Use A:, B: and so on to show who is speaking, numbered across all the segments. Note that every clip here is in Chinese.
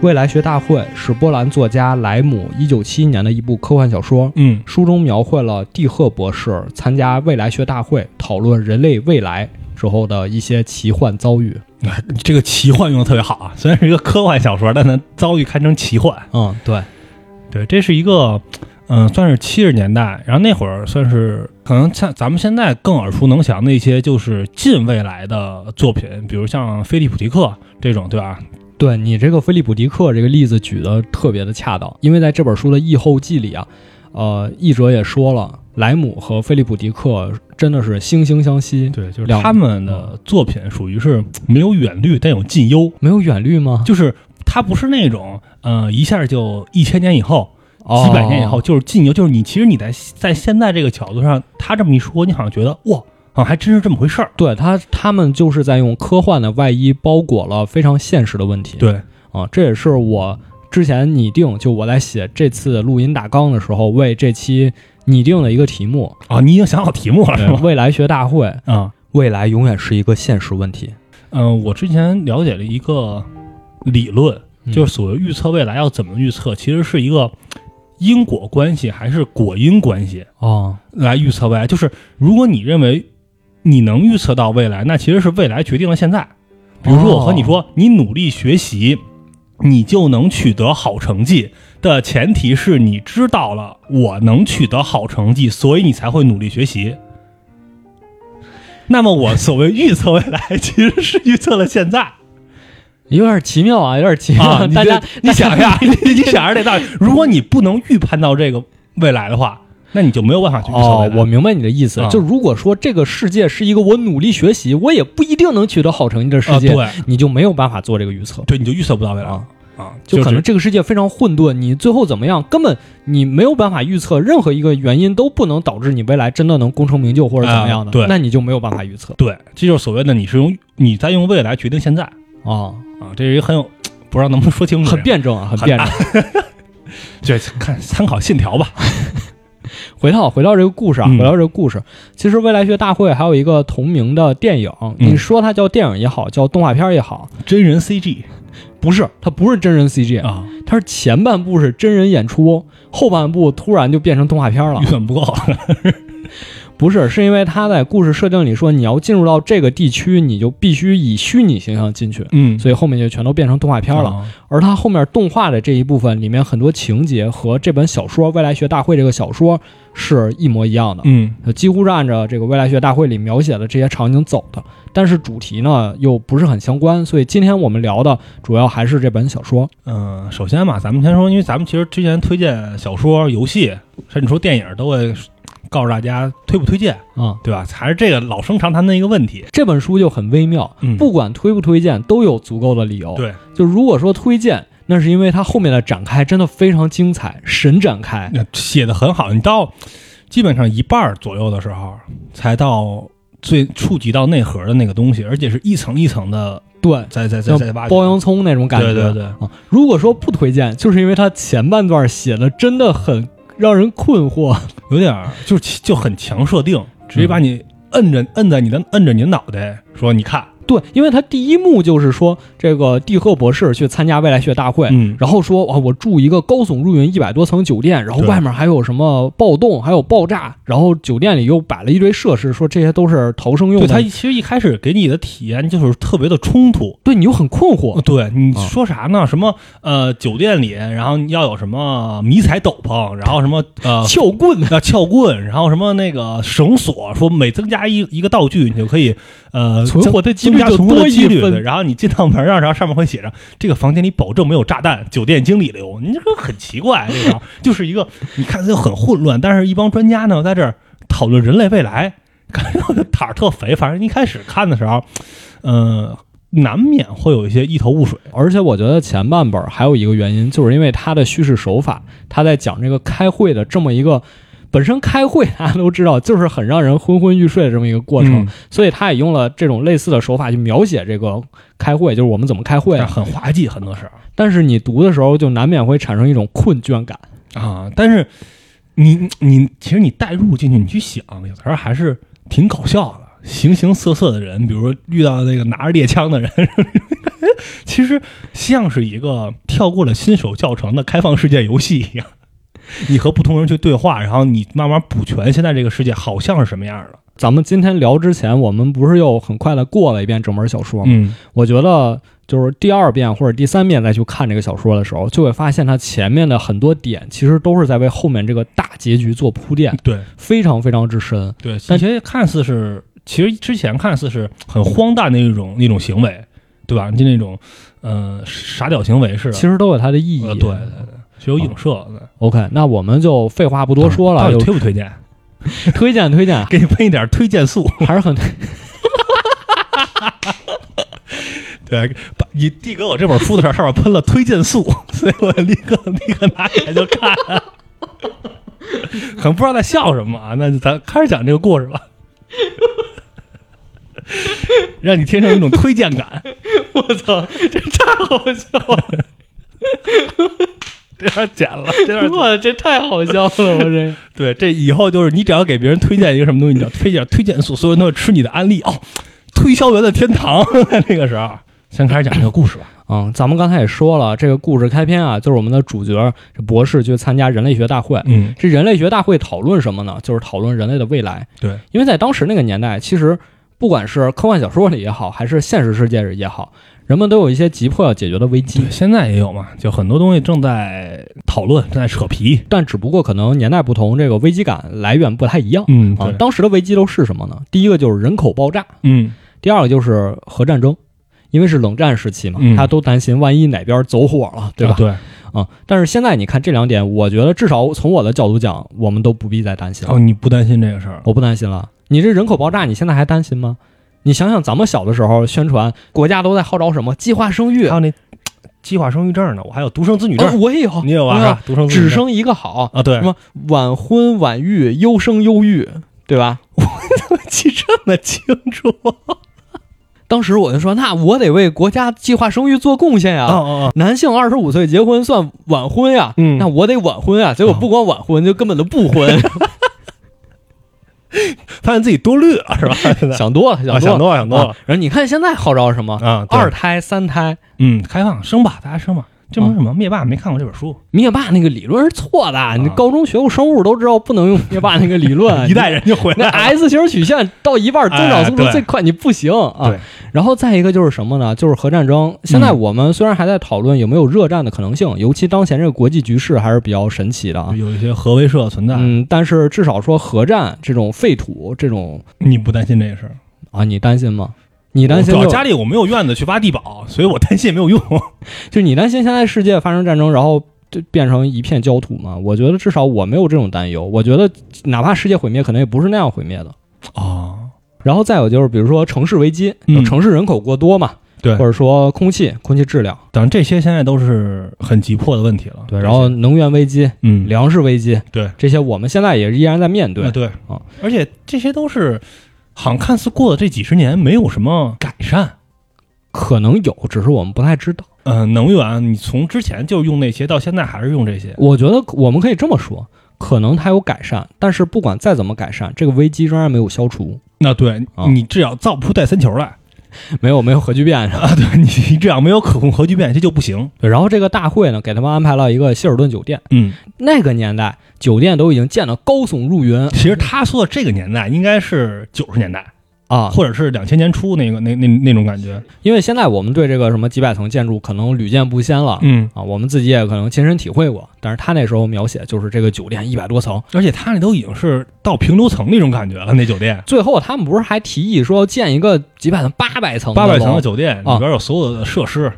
A: 未来学大会》是波兰作家莱姆1971年的一部科幻小说，
B: 嗯
A: 书中描绘了蒂赫博士参加未来学大会讨论人类未来之后的一些奇幻遭遇。
B: 哎这个奇幻用的特别好啊，虽然是一个科幻小说，但它遭遇堪称奇幻。
A: 嗯，对，
B: 对，这是一个，嗯、算是七十年代，然后那会儿算是可能像咱们现在更耳熟能详的一些，就是近未来的作品，比如像菲利普迪克这种，对吧？
A: 对你这个菲利普·迪克这个例子举得特别的恰当，因为在这本书的译后记里啊，呃，译者也说了，莱姆和菲利普·迪克真的是惺惺相惜，
B: 对，就是
A: 两
B: 他们的嗯作品属于是没有远虑，但有近忧，
A: 没有远虑吗？
B: 就是它不是那种，呃，一下就一千年以后、
A: 哦
B: 几百年以后，就是近忧，就是你其实你在在现在这个角度上，他这么一说，你好像觉得哇，好像还真是这么回事儿。
A: 对他，他们就是在用科幻的外衣包裹了非常现实的问题。
B: 对，
A: 啊，这也是我之前拟定，就我在写这次录音大纲的时候，为这期拟定的一个题目
B: 啊，你已经想好题目了
A: ——
B: 是吗？
A: 未来学大会。
B: 啊、
A: 哎未来永远是一个现实问题，
B: 嗯，我之前了解了一个理论，
A: 嗯
B: 就是所谓预测未来要怎么预测，其实是一个因果关系还是果因关系
A: 哦，
B: 来预测未来。就是如果你认为你能预测到未来，那其实是未来决定了现在。比如说，我和你
A: 哦
B: 说，你努力学习，你就能取得好成绩。的前提是你知道了我能取得好成绩，所以你才会努力学习。那么我所谓预测未来，其实是预测了 现在。
A: 有点奇妙啊，有点奇妙。
B: 啊，你
A: 大家
B: 这你想一，下，你你想一下这道理，如果你不能预判到这个未来的话，那你就没有办法去预测未
A: 哦
B: 来，
A: 我明白你的意思。
B: 啊
A: 就如果说这个世界是一个我努力学习，我也不一定能取得好成绩的世
B: 啊
A: 界，
B: 对
A: 你就没有办法做这个预测
B: 对，你就预测不到未来
A: 啊。
B: 啊，
A: 就可能
B: 是
A: 这个世界非常混沌，你最后怎么样，根本你没有办法预测，任何一个原因都不能导致你未来真的能功成名就或者怎么样的，
B: 啊对
A: 那你就没有办法预测
B: 对，这就是所谓的你是用你在用未来决定现在
A: 啊，
B: 啊，这是一个很有不知道能不能说清楚，
A: 很，辩证啊，很
B: 很
A: 辩证。
B: 对，看参考信条吧。
A: 回到回到这个故事啊，
B: 嗯
A: 回到这个故事，其实未来学大会还有一个同名的电影，
B: 嗯
A: 你说它叫电影也好，叫动画片也好，
B: 真人 CG
A: 不是，它不是真人 CG，
B: 啊，
A: 它是前半部是真人演出，后半部突然就变成动画片了
B: 预。算不够，
A: 不是，是因为他在故事设定里说，你要进入到这个地区，你就必须以虚拟形象进去，
B: 嗯，
A: 所以后面就全都变成动画片了。
B: 啊
A: 而它后面动画的这一部分里面很多情节和这本小说《未来学大会》这个小说是一模一样的，
B: 嗯，
A: 它几乎是按照这个《未来学大会》里描写的这些场景走的，但是主题呢又不是很相关，所以今天我们聊的主要还是这本小说。
B: 嗯，首先嘛，咱们先说，因为咱们其实之前推荐小说、游戏，甚至说电影，都会告诉大家推不推荐，
A: 啊、
B: 对吧？还是这个老生常谈的一个问题。
A: 这本书就很微妙，
B: 嗯
A: 不管推不推荐，都有足够的理由。
B: 对，
A: 就如果说推荐，那是因为它后面的展开真的非常精彩，神展开。
B: 那写的很好，你到基本上一半儿左右的时候，才到最触及到内核的那个东西，而且是一层一层的
A: 对，
B: 在在在
A: 像
B: 在挖掘。
A: 剥洋葱那种感觉。
B: 对对对
A: 啊，如果说不推荐，就是因为它前半段写的真的很让人困惑。
B: 有点儿就是其就很强设定，直接把你摁着摁在你的摁着你的脑袋，说你看，
A: 对，因为它第一幕就是说这个蒂赫博士去参加未来学大会。
B: 嗯，
A: 然后说啊，我住一个高耸入云一百多层酒店，然后
B: 对
A: 外面还有什么暴动，还有爆炸，然后酒店里又摆了一堆设施，说这些都是逃生用
B: 对
A: 的。
B: 他其实一开始给你的体验就是特别的冲突，
A: 对你又很困惑
B: 哦，，对，你
A: 啊，
B: 说啥呢？什么呃，酒店里，然后要有什么迷彩斗篷，然后什么呃
A: 撬棍
B: 要撬棍，然后什么那个绳索，说每增加一一个道具，你就可以呃
A: 存
B: 增
A: 活的几
B: 增
A: 率
B: 加
A: 就
B: 存活
A: 多
B: 的
A: 一
B: 几率
A: 分
B: 对然后你进到门上，然后上面会写着这个房间里保证没有炸弹，酒店经理留。你这个很奇怪，这个就是一个你看就很混乱，但是一帮专家呢在这儿讨论人类未来， 感觉我的胆儿特肥。反正一开始看的时候，嗯、难免会有一些一头雾水。
A: 而且我觉得前半本儿还有一个原因，就是因为他的叙事手法，他在讲这个开会的这么一个。本身开会大家都知道，就是很让人昏昏欲睡的这么一个过程，
B: 嗯
A: 所以他也用了这种类似的手法去描写这个开会，就是我们怎么开会
B: 但
A: 啊。
B: 很滑稽，很多时候
A: 但是你读的时候，就难免会产生一种困倦感。
B: 啊。但是你你其实你代入进去，你去想，有的时候还是挺搞笑的。形形色色的人，比如说遇到那个拿着猎枪的人， 其实像是一个跳过了新手教程的开放世界游戏一样，你和不同人去对话，然后你慢慢补全现在这个世界好像是什么样的。
A: 咱们今天聊之前，我们不是又很快的过了一遍整本小说吗？
B: 嗯，
A: 我觉得就是第二遍或者第三遍再去看这个小说的时候，就会发现它前面的很多点其实都是在为后面这个大结局做铺垫，
B: 对
A: 非常非常之深。
B: 对，但其实看似是，其实之前看似是很荒诞的一种那种行为，对吧？就那种呃傻屌行为似的。
A: 其实都有它的意义。
B: 呃对对对，是有影射的。
A: ，OK，那我们就废话不多说了，
B: 哦嗯到
A: 就
B: 底推不推荐？
A: 推荐推荐，
B: 给你喷一点推荐素。
A: 还是很
B: 对，把你递给我这本书的时候，上面喷了推荐素，所以我立刻立刻拿起来就看， 很不知道在笑什么啊。那就咱开始讲这个故事吧，让你天生有一种推荐感。 我操，这太好笑 了！这段剪了，这段剪 了
A: 我这太好笑了，我这
B: 对，这以后就是你只要给别人推荐一个什么东西，你只要推荐推荐素，所有人都会吃你的安利哦。推销员的天堂， 那个时候，先开始讲这个故事吧。
A: 嗯，咱们刚才也说了，这个故事开篇啊，就是我们的主角这博士去参加人类学大会。
B: 嗯，
A: 这人类学大会讨论什么呢？就是讨论人类的未来。
B: 对，
A: 因为在当时那个年代，其实不管是科幻小说里也好，还是现实世界里也好，人们都有一些急迫要解决的危机
B: 对，，现在也有嘛，就很多东西正在讨论，正在扯皮。
A: 但只不过可能年代不同，这个危机感来源不太一样。
B: 嗯
A: 啊，当时的危机都是什么呢？第一个就是人口爆炸，
B: 嗯，
A: 第二个就是核战争，因为是冷战时期嘛，
B: 嗯
A: 他都担心万一哪边走火了，对吧？
B: 对，
A: 啊、但是现在你看这两点，我觉得至少从我的角度讲，我们都不必再担心了。
B: 哦，你不担心这个事儿？
A: 我不担心了。你这人口爆炸，你现在还担心吗？你想想咱们小的时候宣传国家都在号召什么计划生育，
B: 还有那计划生育证呢，我还有独生啊子女
A: 呃
B: 证，
A: 我也有，
B: 你有吧？
A: 我
B: 是
A: 也
B: 哦啊吧独生子女
A: 只
B: 证
A: 生一个好，
B: 啊，对
A: 什，么晚婚晚育、优生优育，对吧？
B: 记这么清楚？啊
A: 当时我就说，那我得为国家计划生育做贡献呀。
B: 哦哦，
A: 男性二十五岁结婚算晚婚呀，
B: 嗯
A: 那我得晚婚啊。结果不光晚婚，就根本就不 婚，
B: 发现自己多虑了 是吧？现在
A: 想多了，
B: 啊
A: 多
B: 想
A: 了，
B: 多了，想多
A: 啊
B: 了。
A: 然后你看现在号召什么？
B: 啊，对
A: 二胎、三胎，
B: 嗯，啊开放生吧，大家生吧。这没什么，灭霸没看过这本书，
A: 灭霸那个理论是错的，你高中学过生物都知道不能用灭霸那个理论，
B: 啊 一代人就回
A: 那
B: 来了。
A: S 型曲线到一半增长速度最快，你不行啊
B: 对。
A: 然后再一个就是什么呢？就是核战争。现在我们虽然还在讨论有没有热战的可能性，尤其当前这个国际局势还是比较神奇的啊。
B: 有一些核威慑存在，
A: 嗯，但是至少说核战这种废土这种
B: 你不担心这个事儿？
A: 啊，你担心吗？你担心
B: 主要
A: 就
B: 家里我没有院子去挖地堡，所以我担心也没有用。
A: 就你担心现在世界发生战争，然后就变成一片焦土吗？我觉得至少我没有这种担忧。我觉得哪怕世界毁灭，可能也不是那样毁灭的。
B: 哦，
A: 然后再有就是，比如说城市危机，
B: 嗯
A: 有城市人口过多嘛，
B: 对
A: 或者说空气空气质量，
B: 当然这些现在都是很急迫的问题了。
A: 对，然后能源危机、
B: 嗯，
A: 粮食危机，
B: 对
A: 这些我们现在也依然在面
B: 啊
A: 对。
B: 对
A: 啊
B: 而且这些都是好像看似过了这几十年没有什么改善。
A: 可能有，只是我们不太知道。
B: 嗯、能源你从之前就用那些，到现在还是用这些。
A: 我觉得我们可以这么说，可能它有改善，但是不管再怎么改善，这个危机仍然没有消除，
B: 那对、
A: 啊
B: 你至少造不出带三球来
A: 没有没有核聚变。
B: 啊！对你你至少没有可控核聚变，这就不行。
A: 对然后这个大会呢，给他们安排了一个希尔顿酒店。
B: 嗯，
A: 那个年代，酒店都已经建得高耸入云
B: 其实他说的这个年代应该是九十年代，
A: 啊，
B: 或者是两千年初那个那那那种感觉。
A: 因为现在我们对这个什么几百层建筑可能屡见不鲜了。
B: 嗯，
A: 啊，我们自己也可能亲身体会过，但是他那时候描写就是这个酒店一百多层，
B: 而且他那都已经是到平流层那种感觉了，那酒店
A: 最后他们不是还提议说建一个几百层、八百层、
B: 八百层
A: 的
B: 的
A: 楼
B: 酒店
A: 啊
B: 里边有所有的设施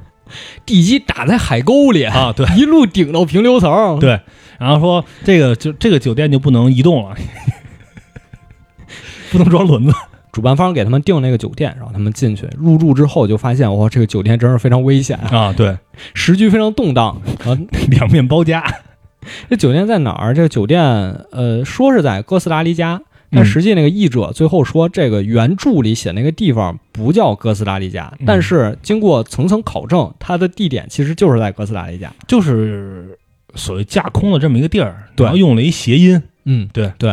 A: 地基打在海沟里，
B: 啊，对
A: 一路顶到平流层。
B: 对，然后说这个就这个酒店就不能移 动了，不能装轮子，
A: 主办方给他们订那个酒店，让他们进去入住之后就发现，哇，这个酒店真是非常危险啊，
B: 啊，对，
A: 时局非常动荡。啊，
B: 两面包夹，
A: 这酒店在哪儿？这个酒店呃，说是在哥斯达黎加。但
B: 嗯
A: 实际那个译者最后说，这个原著里写那个地方不叫哥斯达黎加，
B: 嗯
A: 但是经过层层考证，它的地点其实就是在哥斯达黎加。
B: 就是所谓架空了这么一个地儿，
A: 对
B: 然后用了一谐音，
A: 嗯，
B: 对
A: 对。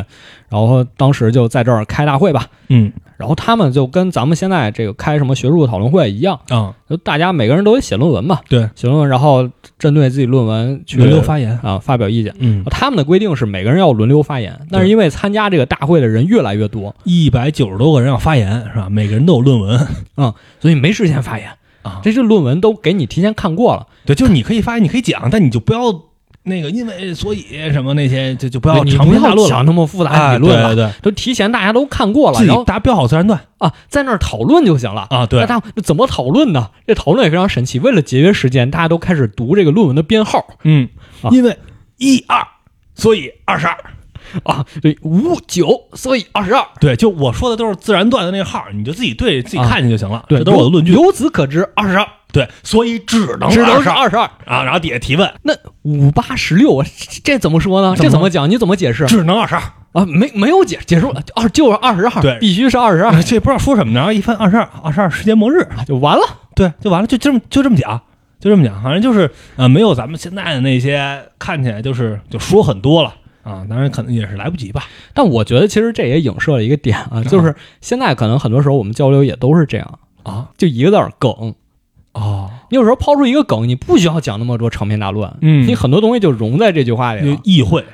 A: 然后当时就在这儿开大会吧，
B: 嗯，
A: 然后他们就跟咱们现在这个开什么学术讨论会一样，
B: 啊，
A: 就大家每个人都得写论文嘛，
B: 对，
A: 写论文，然后针对自己论文去
B: 轮流发言，
A: 啊发表意见。
B: 嗯，
A: 他们的规定是每个人要轮流发言，但是因为参加这个大会的人越来越多，
B: 一百九十多个人要发言是吧？每个人都有论文
A: 所以没时间发言。
B: 啊，
A: 这这论文都给你提前看过了，
B: 对，就是你可以发言，你可以讲，但你就不要那个，因为所以什么那些，就就不要
A: 对你
B: 长
A: 不
B: 篇大
A: 要
B: 论了
A: 想那么复杂
B: 啊，
A: 的理论了，
B: 对对
A: 哎都提前大家都看过
B: 对，
A: 了，
B: 自
A: 然
B: 己
A: 后
B: 搭标好自然段
A: 啊在那儿讨论就行了。
B: 啊，
A: 那
B: 对，
A: 大那怎么讨论呢？这讨论也非常神奇。为了节约时间，大家都开始读这个论文的编号
B: 嗯
A: 啊，
B: 因为一二，所以二十二，
A: 啊，对，五九，所以二十二。
B: 对，就我说的都是自然段的那个号，你就自己对自己
A: 啊
B: 看去就行了，
A: 对，
B: 这都是我的论据，
A: 由由此可知，二十二
B: 对，所以只能
A: 只能
B: 二
A: 是
B: 十二
A: 二十二。
B: 啊，然后底下提问，
A: 那五八十六，我这这怎么说呢？
B: 怎么
A: 这怎么讲？你怎么解释
B: 只能二十二。
A: 啊？没没有解解释，二就是二十二，
B: 对
A: 必须是二十二
B: 啊，这不知道说什么呢，然后一翻二十二，二十二世界末日，
A: 就完了。
B: 对，就完了，就这么就这么讲，就这么讲，反正就是呃，没有咱们现在的那些看起来就是就说很多了啊，当然可能也是来不及吧，
A: 但我觉得其实这也影射了一个点啊，就是现在可能很多时候我们交流也都是这样，
B: 啊
A: 就一个字儿梗。
B: 哦，
A: 你有时候抛出一个梗，你不需要讲那么多长篇大论，
B: 嗯
A: 你很多东西就融在这句话里
B: 就
A: 了。
B: 意会，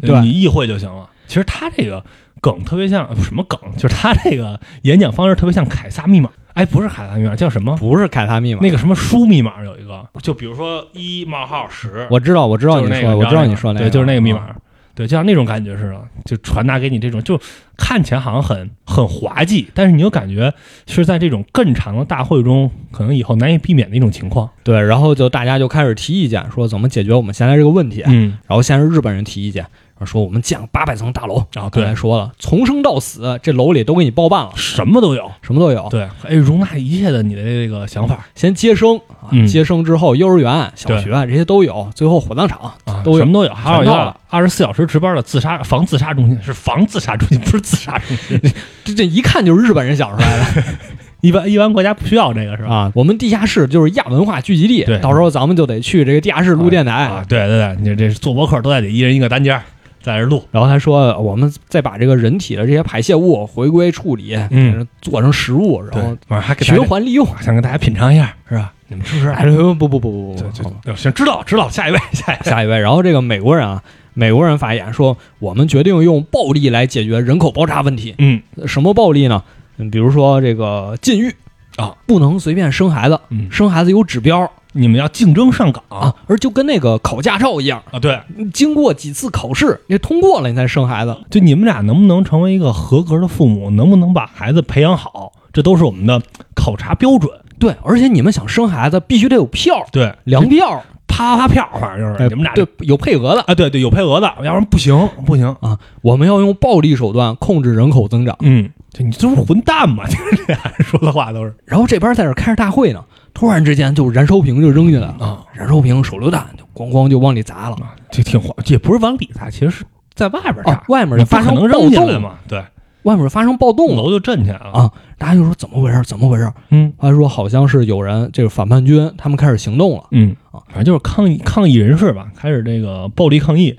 A: 对
B: 你意会就行了。其实他这个梗特别像呃什么梗，就是他这个演讲方式特别像凯撒密码，哎，不是凯撒密码，叫什么？
A: 不是凯撒密码，
B: 那个什么书密码有一个，就比如说一冒号十，
A: 我知道，我知
B: 知
A: 道你说的，我知道你说的那个，
B: 对，就是那个密
A: 啊。
B: 码，对，就像那种感觉似的，就传达给你这种，就看起来好像很很滑稽，但是你又感觉是在这种更长的大会中，可能以后难以避免的一种情况。
A: 对，然后就大家就开始提意见，说怎么解决我们现在这个问题。
B: 嗯，
A: 然后先是日本人提意见，然后说我们建了八百层大楼，
B: 啊，
A: 刚才
B: 对，
A: 说了，从生到死，这楼里都给你包办了，
B: 什么都有，
A: 什么都有。
B: 对，哎，容纳一切的你的这个想法，
A: 先接生啊，
B: 嗯
A: 接生之后幼儿园、小学啊这些都有，最后火葬场
B: 啊，
A: 都
B: 什
A: 有
B: 么。都有，还有一
A: 全到
B: 个
A: 了
B: 二十四小时值班的自杀防自杀中心，是防自杀中心，不是自杀中心。
A: 这这一看就是日本人想出来的
B: 一般一般国家不需要这个是吧？
A: 啊！我们地下室就是亚文化聚集地
B: 对，
A: 到时候咱们就得去这个地下室录电台。
B: 啊对对对，你这做博客都得得一人一个单间儿在这录，
A: 然后他说，我们再把这个人体的这些排泄物回归处理，
B: 嗯，
A: 做成食物，然后
B: 对，晚上还给大
A: 循
B: 家，
A: 环利用。
B: 想给大家品尝一下是吧？你们是不是？
A: 哎，不不不不不
B: 对
A: 不，好吧
B: 对，行，知道知道，下一位 下一位。
A: 下一位，然后这个美国人啊，美国人发言说，我们决定用暴力来解决人口爆炸问题。
B: 嗯
A: 什么暴力呢？嗯，比如说这个禁欲
B: 啊，
A: 不能随便生孩子，
B: 嗯，
A: 生孩子有指标
B: 你们要竞争上岗
A: 啊，而就跟那个考驾照一样，
B: 啊对，
A: 经过几次考试，你通过了你才生孩子。
B: 就你们俩能不能成为一个合格的父母，能不能把孩子培养好，这都是我们的考察标准。
A: 对，而且你们想生孩子必须得有票，
B: 对，
A: 粮票，
B: 啪啪票，反正就是
A: 哎
B: 你们俩
A: 对有配额的
B: 啊，对对，有配额的，要不然不行不行。
A: 啊。我们要用暴力手段控制人口增长。
B: 嗯，就你这不是混蛋吗？ 就是这俩人说的话都是
A: 然后这边在这开着大会呢，突然之间就燃烧瓶就扔进来了，
B: 啊，
A: 燃烧瓶、手榴弹就咣咣就往里砸了。
B: 这挺荒，这也不是往里砸，其实是在外边
A: 啊
B: 砸，，
A: 外面
B: 你
A: 就
B: 不可
A: 发生
B: 能
A: 暴
B: 扔进来
A: 动，
B: 嘛，对，
A: 外面发生暴动了
B: 楼就震起来了。
A: 啊！大家就说怎么回事？怎么回事？
B: 嗯
A: 他说好像是有人这个反叛军，他们开始行动了，
B: 嗯，反正就是抗议抗议人士吧，开始这个暴力抗议，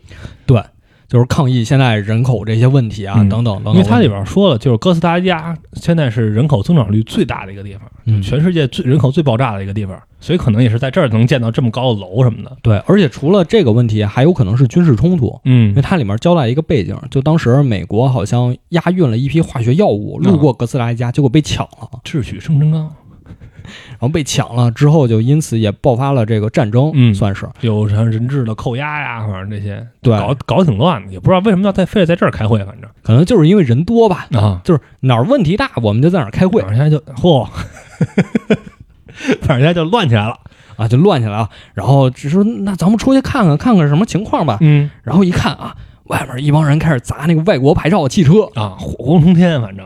A: 就是抗议现在人口这些问题啊，
B: 嗯
A: 等等等
B: 因
A: 等。
B: 为它里边说了，就是哥斯达黎加现在是人口增长率最大的一个地方，
A: 嗯
B: 全世界最人口最爆炸的一个地方，所以可能也是在这儿能见到这么高的楼什么的。
A: 对，而且除了这个问题，还有可能是军事冲突。因为
B: 嗯
A: 它里面交代一个背景，就当时美国好像押运了一批化学药
B: 啊
A: 物路过哥斯达黎加，结果被抢了，
B: 智取生辰纲
A: 然后被抢了之后，就因此也爆发了这个战争，
B: 嗯
A: 算是
B: 有什么人质的扣押呀，反正这些
A: 对，
B: 搞搞得挺乱的，也不知道为什么要在非得在这儿开会，反正
A: 可能就是因为人多吧，
B: 啊，
A: 就是哪儿问题大，我们就在哪儿开会
B: 反正现在就嚯， 反正现在就乱起来了。
A: 啊，就乱起来了。然后只说那咱们出去看看看看什么情况吧。
B: 嗯
A: 然后一看啊，外面一帮人开始砸那个外国牌照的汽车，
B: 啊，火光冲天，反正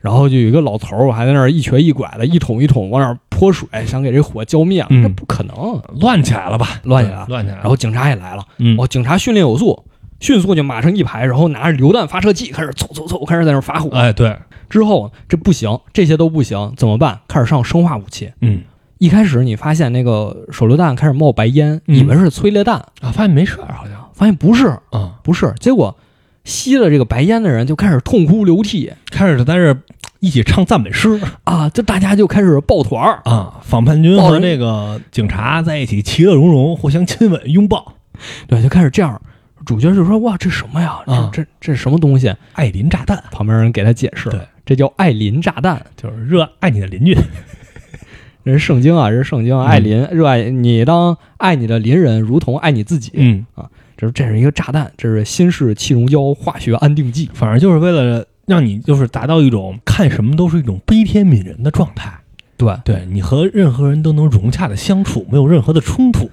A: 然后就有一个老头儿还在那儿一瘸一拐的，一桶一桶往那儿泼水，想给这火浇灭了。
B: 嗯
A: 这不可能。
B: 乱起来了吧？
A: 乱起来了
B: 乱起来了。
A: 然后警察也来了，
B: 嗯
A: 哦，警察训练有素。迅速就马上一排，然后拿着榴弹发射器开始凑凑凑，开始在那儿发火。
B: 哎对，
A: 之后这不行，这些都不行，怎么办？开始上生化武器。
B: 嗯
A: 一开始你发现那个手榴弹开始冒白烟，
B: 嗯
A: 以为是催泪弹，
B: 啊，发现没事儿好像
A: 发现不是，
B: 啊，
A: 不是。结果吸了这个白烟的人就开始痛哭流涕，
B: 开始在这儿一起唱赞美诗
A: 啊，就大家就开始抱团儿，
B: 啊，反叛军
A: 抱
B: 和
A: 人
B: 这个警察在一起其乐融融，互相亲吻拥抱。
A: 对，就开始这样。主角就说：“哇，这什么呀？这
B: 啊
A: 这这什么东西
B: 艾琳炸弹？”
A: 旁边人给他解释，
B: 对，
A: 这叫艾琳炸弹。
B: 就是热爱你的邻居，
A: 这是圣经啊，这是圣经。
B: 嗯
A: 爱邻，热爱你，当爱你的邻人如同爱你自己。
B: 嗯，
A: 这是这是一个炸弹，这是新式气溶胶化学安定剂。
B: 反正就是为了让你就是达到一种看什么都是一种悲天悯人的状态。
A: 对，
B: 对你和任何人都能融洽的相处，没有任何的冲突。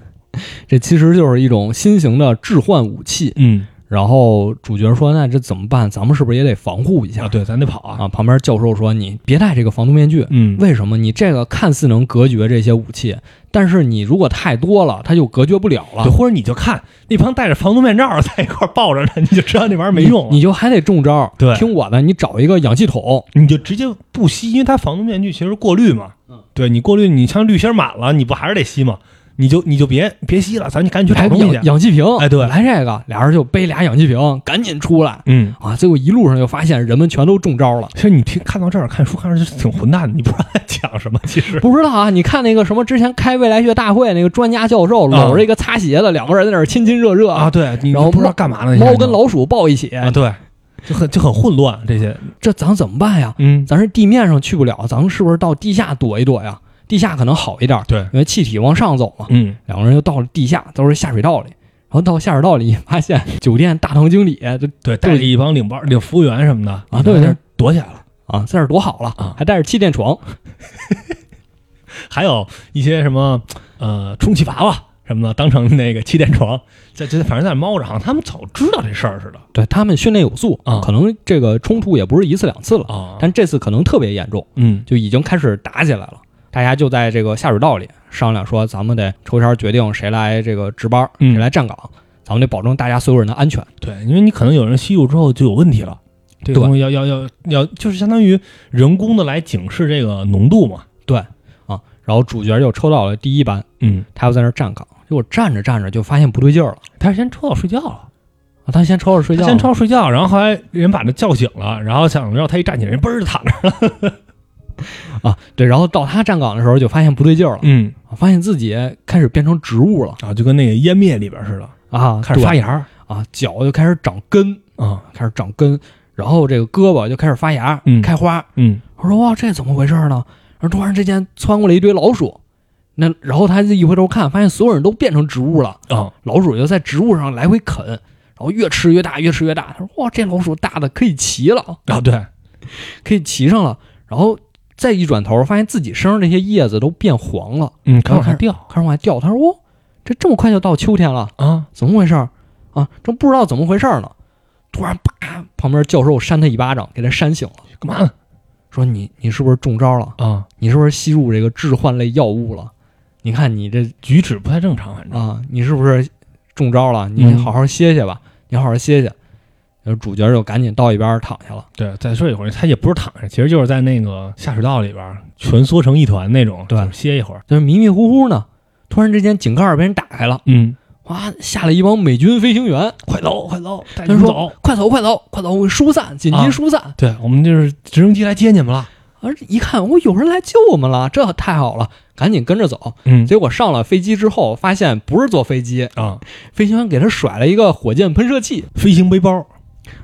A: 这其实就是一种新型的置换武器。
B: 嗯，
A: 然后主角说：“那这怎么办？咱们是不是也得防护一
B: 啊，
A: 下
B: 对，咱得跑啊。
A: 啊？”旁边教授说：“你别戴这个防毒面具。
B: 嗯，
A: 为什么？你这个看似能隔绝这些武器，但是你如果太多了，它就隔绝不了
B: 对，
A: 了。
B: 或者你就看那帮戴着防毒面罩儿在一块儿抱着呢，你就知道那玩意儿没用了
A: 你，你就还得中招。
B: 对
A: 听我的，你找一个氧气筒。
B: 你就直接不吸，因为它防毒面具其实过滤嘛。
A: 嗯，
B: 对你过滤，你像滤芯儿满了，你不还是得吸吗？你就你就别别吸了，咱就赶紧去
A: 来
B: 找
A: 个
B: 东西
A: 氧
B: 去。
A: 氧气瓶，
B: 哎对
A: 来这个，俩人就背俩氧气瓶，赶紧出来
B: 嗯，
A: 啊！结果一路上就发现人们全都中招了。
B: 其实你听看到这儿看书看着就挺混蛋的，你不知道在讲 什么。其实，
A: 不知道啊，你看那个什么之前开未来学大会那个专家教授搂着一个擦鞋的，两个人在那儿亲亲热热
B: 啊，，对，你
A: 然后
B: 不知道干嘛呢？
A: 猫跟
B: 楼
A: 老鼠抱一起，
B: 啊，对，就很就很混乱这些。
A: 这咱怎么办呀？
B: 嗯，
A: 咱是地面上去不了，咱们是不是到地下躲一躲呀？地下可能好一点，
B: 对，
A: 因为气体往上走嘛。
B: 嗯，
A: 两个人就到了地下，都是下水道里。然后到下水道里，发现酒店大堂经理就
B: 对，带着一帮领班、领服务员什么的
A: 啊对
B: 在那儿躲起来了。
A: 啊，在这儿躲好了
B: 啊，
A: 还带着气垫床，
B: 还有一些什么呃充气娃娃什么的，当成那个气垫床，在 这反正在猫着，好像他们早知道这事儿似的
A: 对他们训练有素
B: 啊
A: 可能这个冲突也不是一次两次了，
B: 啊。
A: 但这次可能特别严重。
B: 嗯，
A: 就已经开始打起来了。大家就在这个下水道里商量说，咱们得抽签决定谁来这个值班，
B: 嗯
A: 谁来站岗，咱们得保证大家所有人的安全。
B: 对，因为你可能有人吸入之后就有问题了，这个
A: 对
B: 东西要要要要，就是相当于人工的来警示这个浓度嘛。
A: 然后主角就抽到了第一班，
B: 嗯，
A: 他又在那儿站岗，结果站着站着就发现不对劲儿了。
B: 他是先抽到睡觉了，
A: 啊、他先抽着睡
B: 他
A: 觉，
B: 先抽到睡觉，然后后来人把他叫醒了，然后想让他一站起来，人嘣儿就躺那儿了。
A: 啊，对，然后到他站岗的时候就发现不对劲儿了，
B: 嗯，
A: 啊发现自己开始变成植物了
B: 啊，就跟那个湮灭里边似的，
A: 啊，
B: 开始
A: 对
B: 发芽儿
A: 啊，脚就开始长根，
B: 啊。
A: 开始长根，然后这个胳膊就开始发芽，
B: 嗯
A: 开花，
B: 嗯，
A: 我说哇，这怎么回事呢？然后突然之间窜过来一堆老鼠，那然后他就一回头看，发现所有人都变成植物了，
B: 啊，
A: 老鼠就在植物上来回啃，然后越吃越大，越吃越大。他说哇，这老鼠大的可以骑了，
B: 啊，对，
A: 可以骑上了。然后再一转头，发现自己身上这些叶子都变黄了，
B: 嗯，
A: 赶
B: 赶往
A: 往
B: 下
A: 下
B: 掉
A: 开始往外掉。他说哇，这这么快就到秋天了，
B: 啊，
A: 怎么回事儿啊？真不知道怎么回事儿呢。突然啪，旁边教授扇他一巴掌，给他扇醒了，
B: 干嘛呢？
A: 说你你是不是中招了？
B: 啊，
A: 你是不是吸入这个致幻类药物了？你看你这
B: 举止不太正常，反正
A: 啊，你是不是中招了？你
B: 嗯
A: 好好歇歇吧，你好好歇歇。然后主角就赶紧到一边儿躺下了。
B: 对。再说一会儿，他也不是躺着，其实就是在那个下水道里边儿蜷缩成一团那种，
A: 对
B: 就是歇一会儿。
A: 就是迷迷糊糊呢，突然之间井盖儿被人打开了，
B: 嗯，
A: 哇，下来一帮美军飞行员，
B: 快走，快走，带
A: 他
B: 你们
A: 说
B: 走。：“
A: 快走，快走，快走，疏散，紧急
B: 啊
A: 疏散。
B: 对，我们就是直升机来接你们了。
A: 而啊一看，我有人来救我们了，这太好了，赶紧跟着走。
B: 嗯
A: 结果上了飞机之后，发现不是坐飞机，
B: 啊，
A: 飞行员给他甩了一个火箭喷射器
B: 飞行背包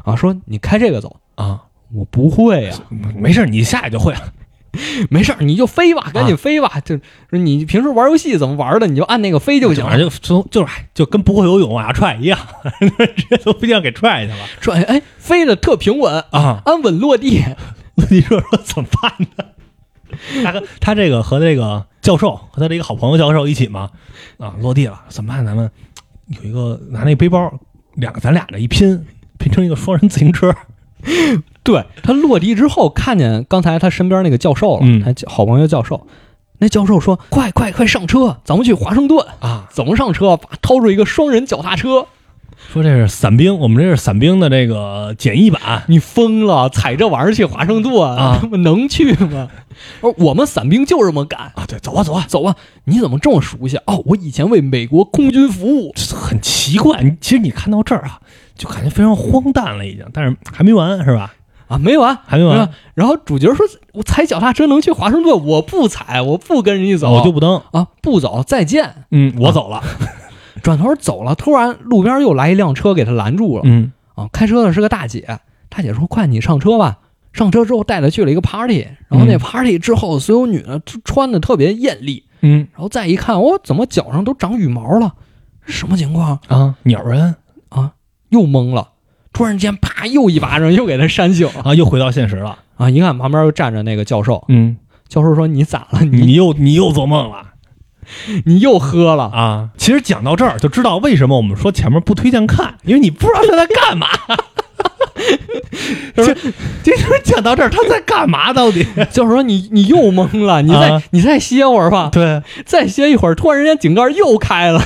A: 啊，说你开这个走。
B: 啊，
A: 我不会呀、
B: 嗯没事儿，你下来就会了。
A: 没事儿，你就飞吧，赶紧飞吧。就就是你平时玩游戏怎么玩的，你就按那个飞就行
B: 反
A: 了。
B: 正就从就是哎就跟不会游泳往下踹一样， 直接从飞机上给踹下去了
A: 说哎哎，飞的特平稳，
B: 啊。
A: 安稳落地。
B: 你说说怎么办呢？他和他这个和这个教授和他的一个好朋友教授一起嘛，啊，落地了，怎么办？咱们有一个拿那背包，两个咱俩这一拼，拼成一个双人自行车。
A: 对他落地之后，看见刚才他身边那个教授了，
B: 嗯
A: 他好朋友教授。那教授说：“快快快上车，咱们去华盛顿。
B: 啊，
A: 怎么上车？把掏出一个双人脚踏车。
B: 说这是伞兵，我们这是伞兵的这个简易版。
A: 你疯了，踩这玩意儿去华盛顿，
B: 啊
A: 他们 能去吗？我说我们伞兵就这么干。
B: 啊，对，走吧，走吧，
A: 走吧，你怎么这么熟悉？哦，我以前为美国空军服务。
B: 这很奇怪。你其实你看到这儿啊，就感觉非常荒诞了，已经。但是还没完，是吧？
A: 啊，没完。
B: 还没完，
A: 吧然后主角说：“我踩脚踏车能去华盛顿，我不踩，我不跟人家走，
B: 我哦就不登。
A: 啊不走，再见。
B: 嗯，我走了。”
A: 转头走了，突然路边又来一辆车给他拦住了。
B: 嗯
A: 啊，开车的是个大姐，大姐说：“快，你上车吧。”上车之后带她去了一个 party，然后那
B: 嗯
A: party 之后，所有女的都穿的特别艳丽，
B: 嗯
A: 然后再一看，哦，怎么脚上都长羽毛了？什么情况？
B: 啊，鸟人
A: 又懵了。突然间，啪，又一巴掌又给她扇醒了
B: 啊，又回到现实了。
A: 啊！一看旁边又站着那个教授，
B: 嗯，
A: 教授说：“你咋了？你
B: 你又你又做梦了
A: 你又喝了？”
B: 啊！其实讲到这儿就知道为什么我们说前面不推荐看，因为你不知道他在干 嘛。这这就是讲到这儿，他在干嘛到 底？
A: 就是说你你又懵了，你再、
B: 啊
A: 你再歇会儿吧，
B: 对，
A: 再歇一会儿，突然间井盖又开了，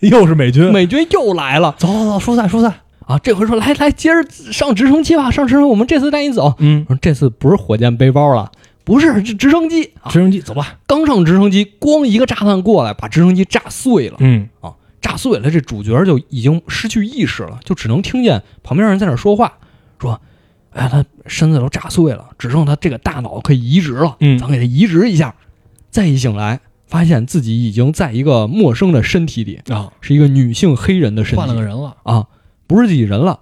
B: 又是美军。
A: 美军又来了
B: 走走走，疏散疏散。
A: 啊！这回说来来，接着上直升机吧，上直升，我们这次带你走。
B: 嗯，
A: 说这次不是火箭背包了，不是是直升机啊！
B: 直升机走吧。
A: 刚上直升机，咣一个炸弹过来，把直升机炸碎了。
B: 嗯
A: 炸碎了，这主角就已经失去意识了，就只能听见旁边人在那儿说话，说：“哎，他身子都炸碎了，只剩他这个大脑可以移植了，
B: 嗯
A: 咱给他移植一下。”再一醒来，发现自己已经在一个陌生的身体里，
B: 啊，
A: 是一个女性黑人的身
B: 换了个
A: 体
B: 人了。
A: 啊，不是自己人了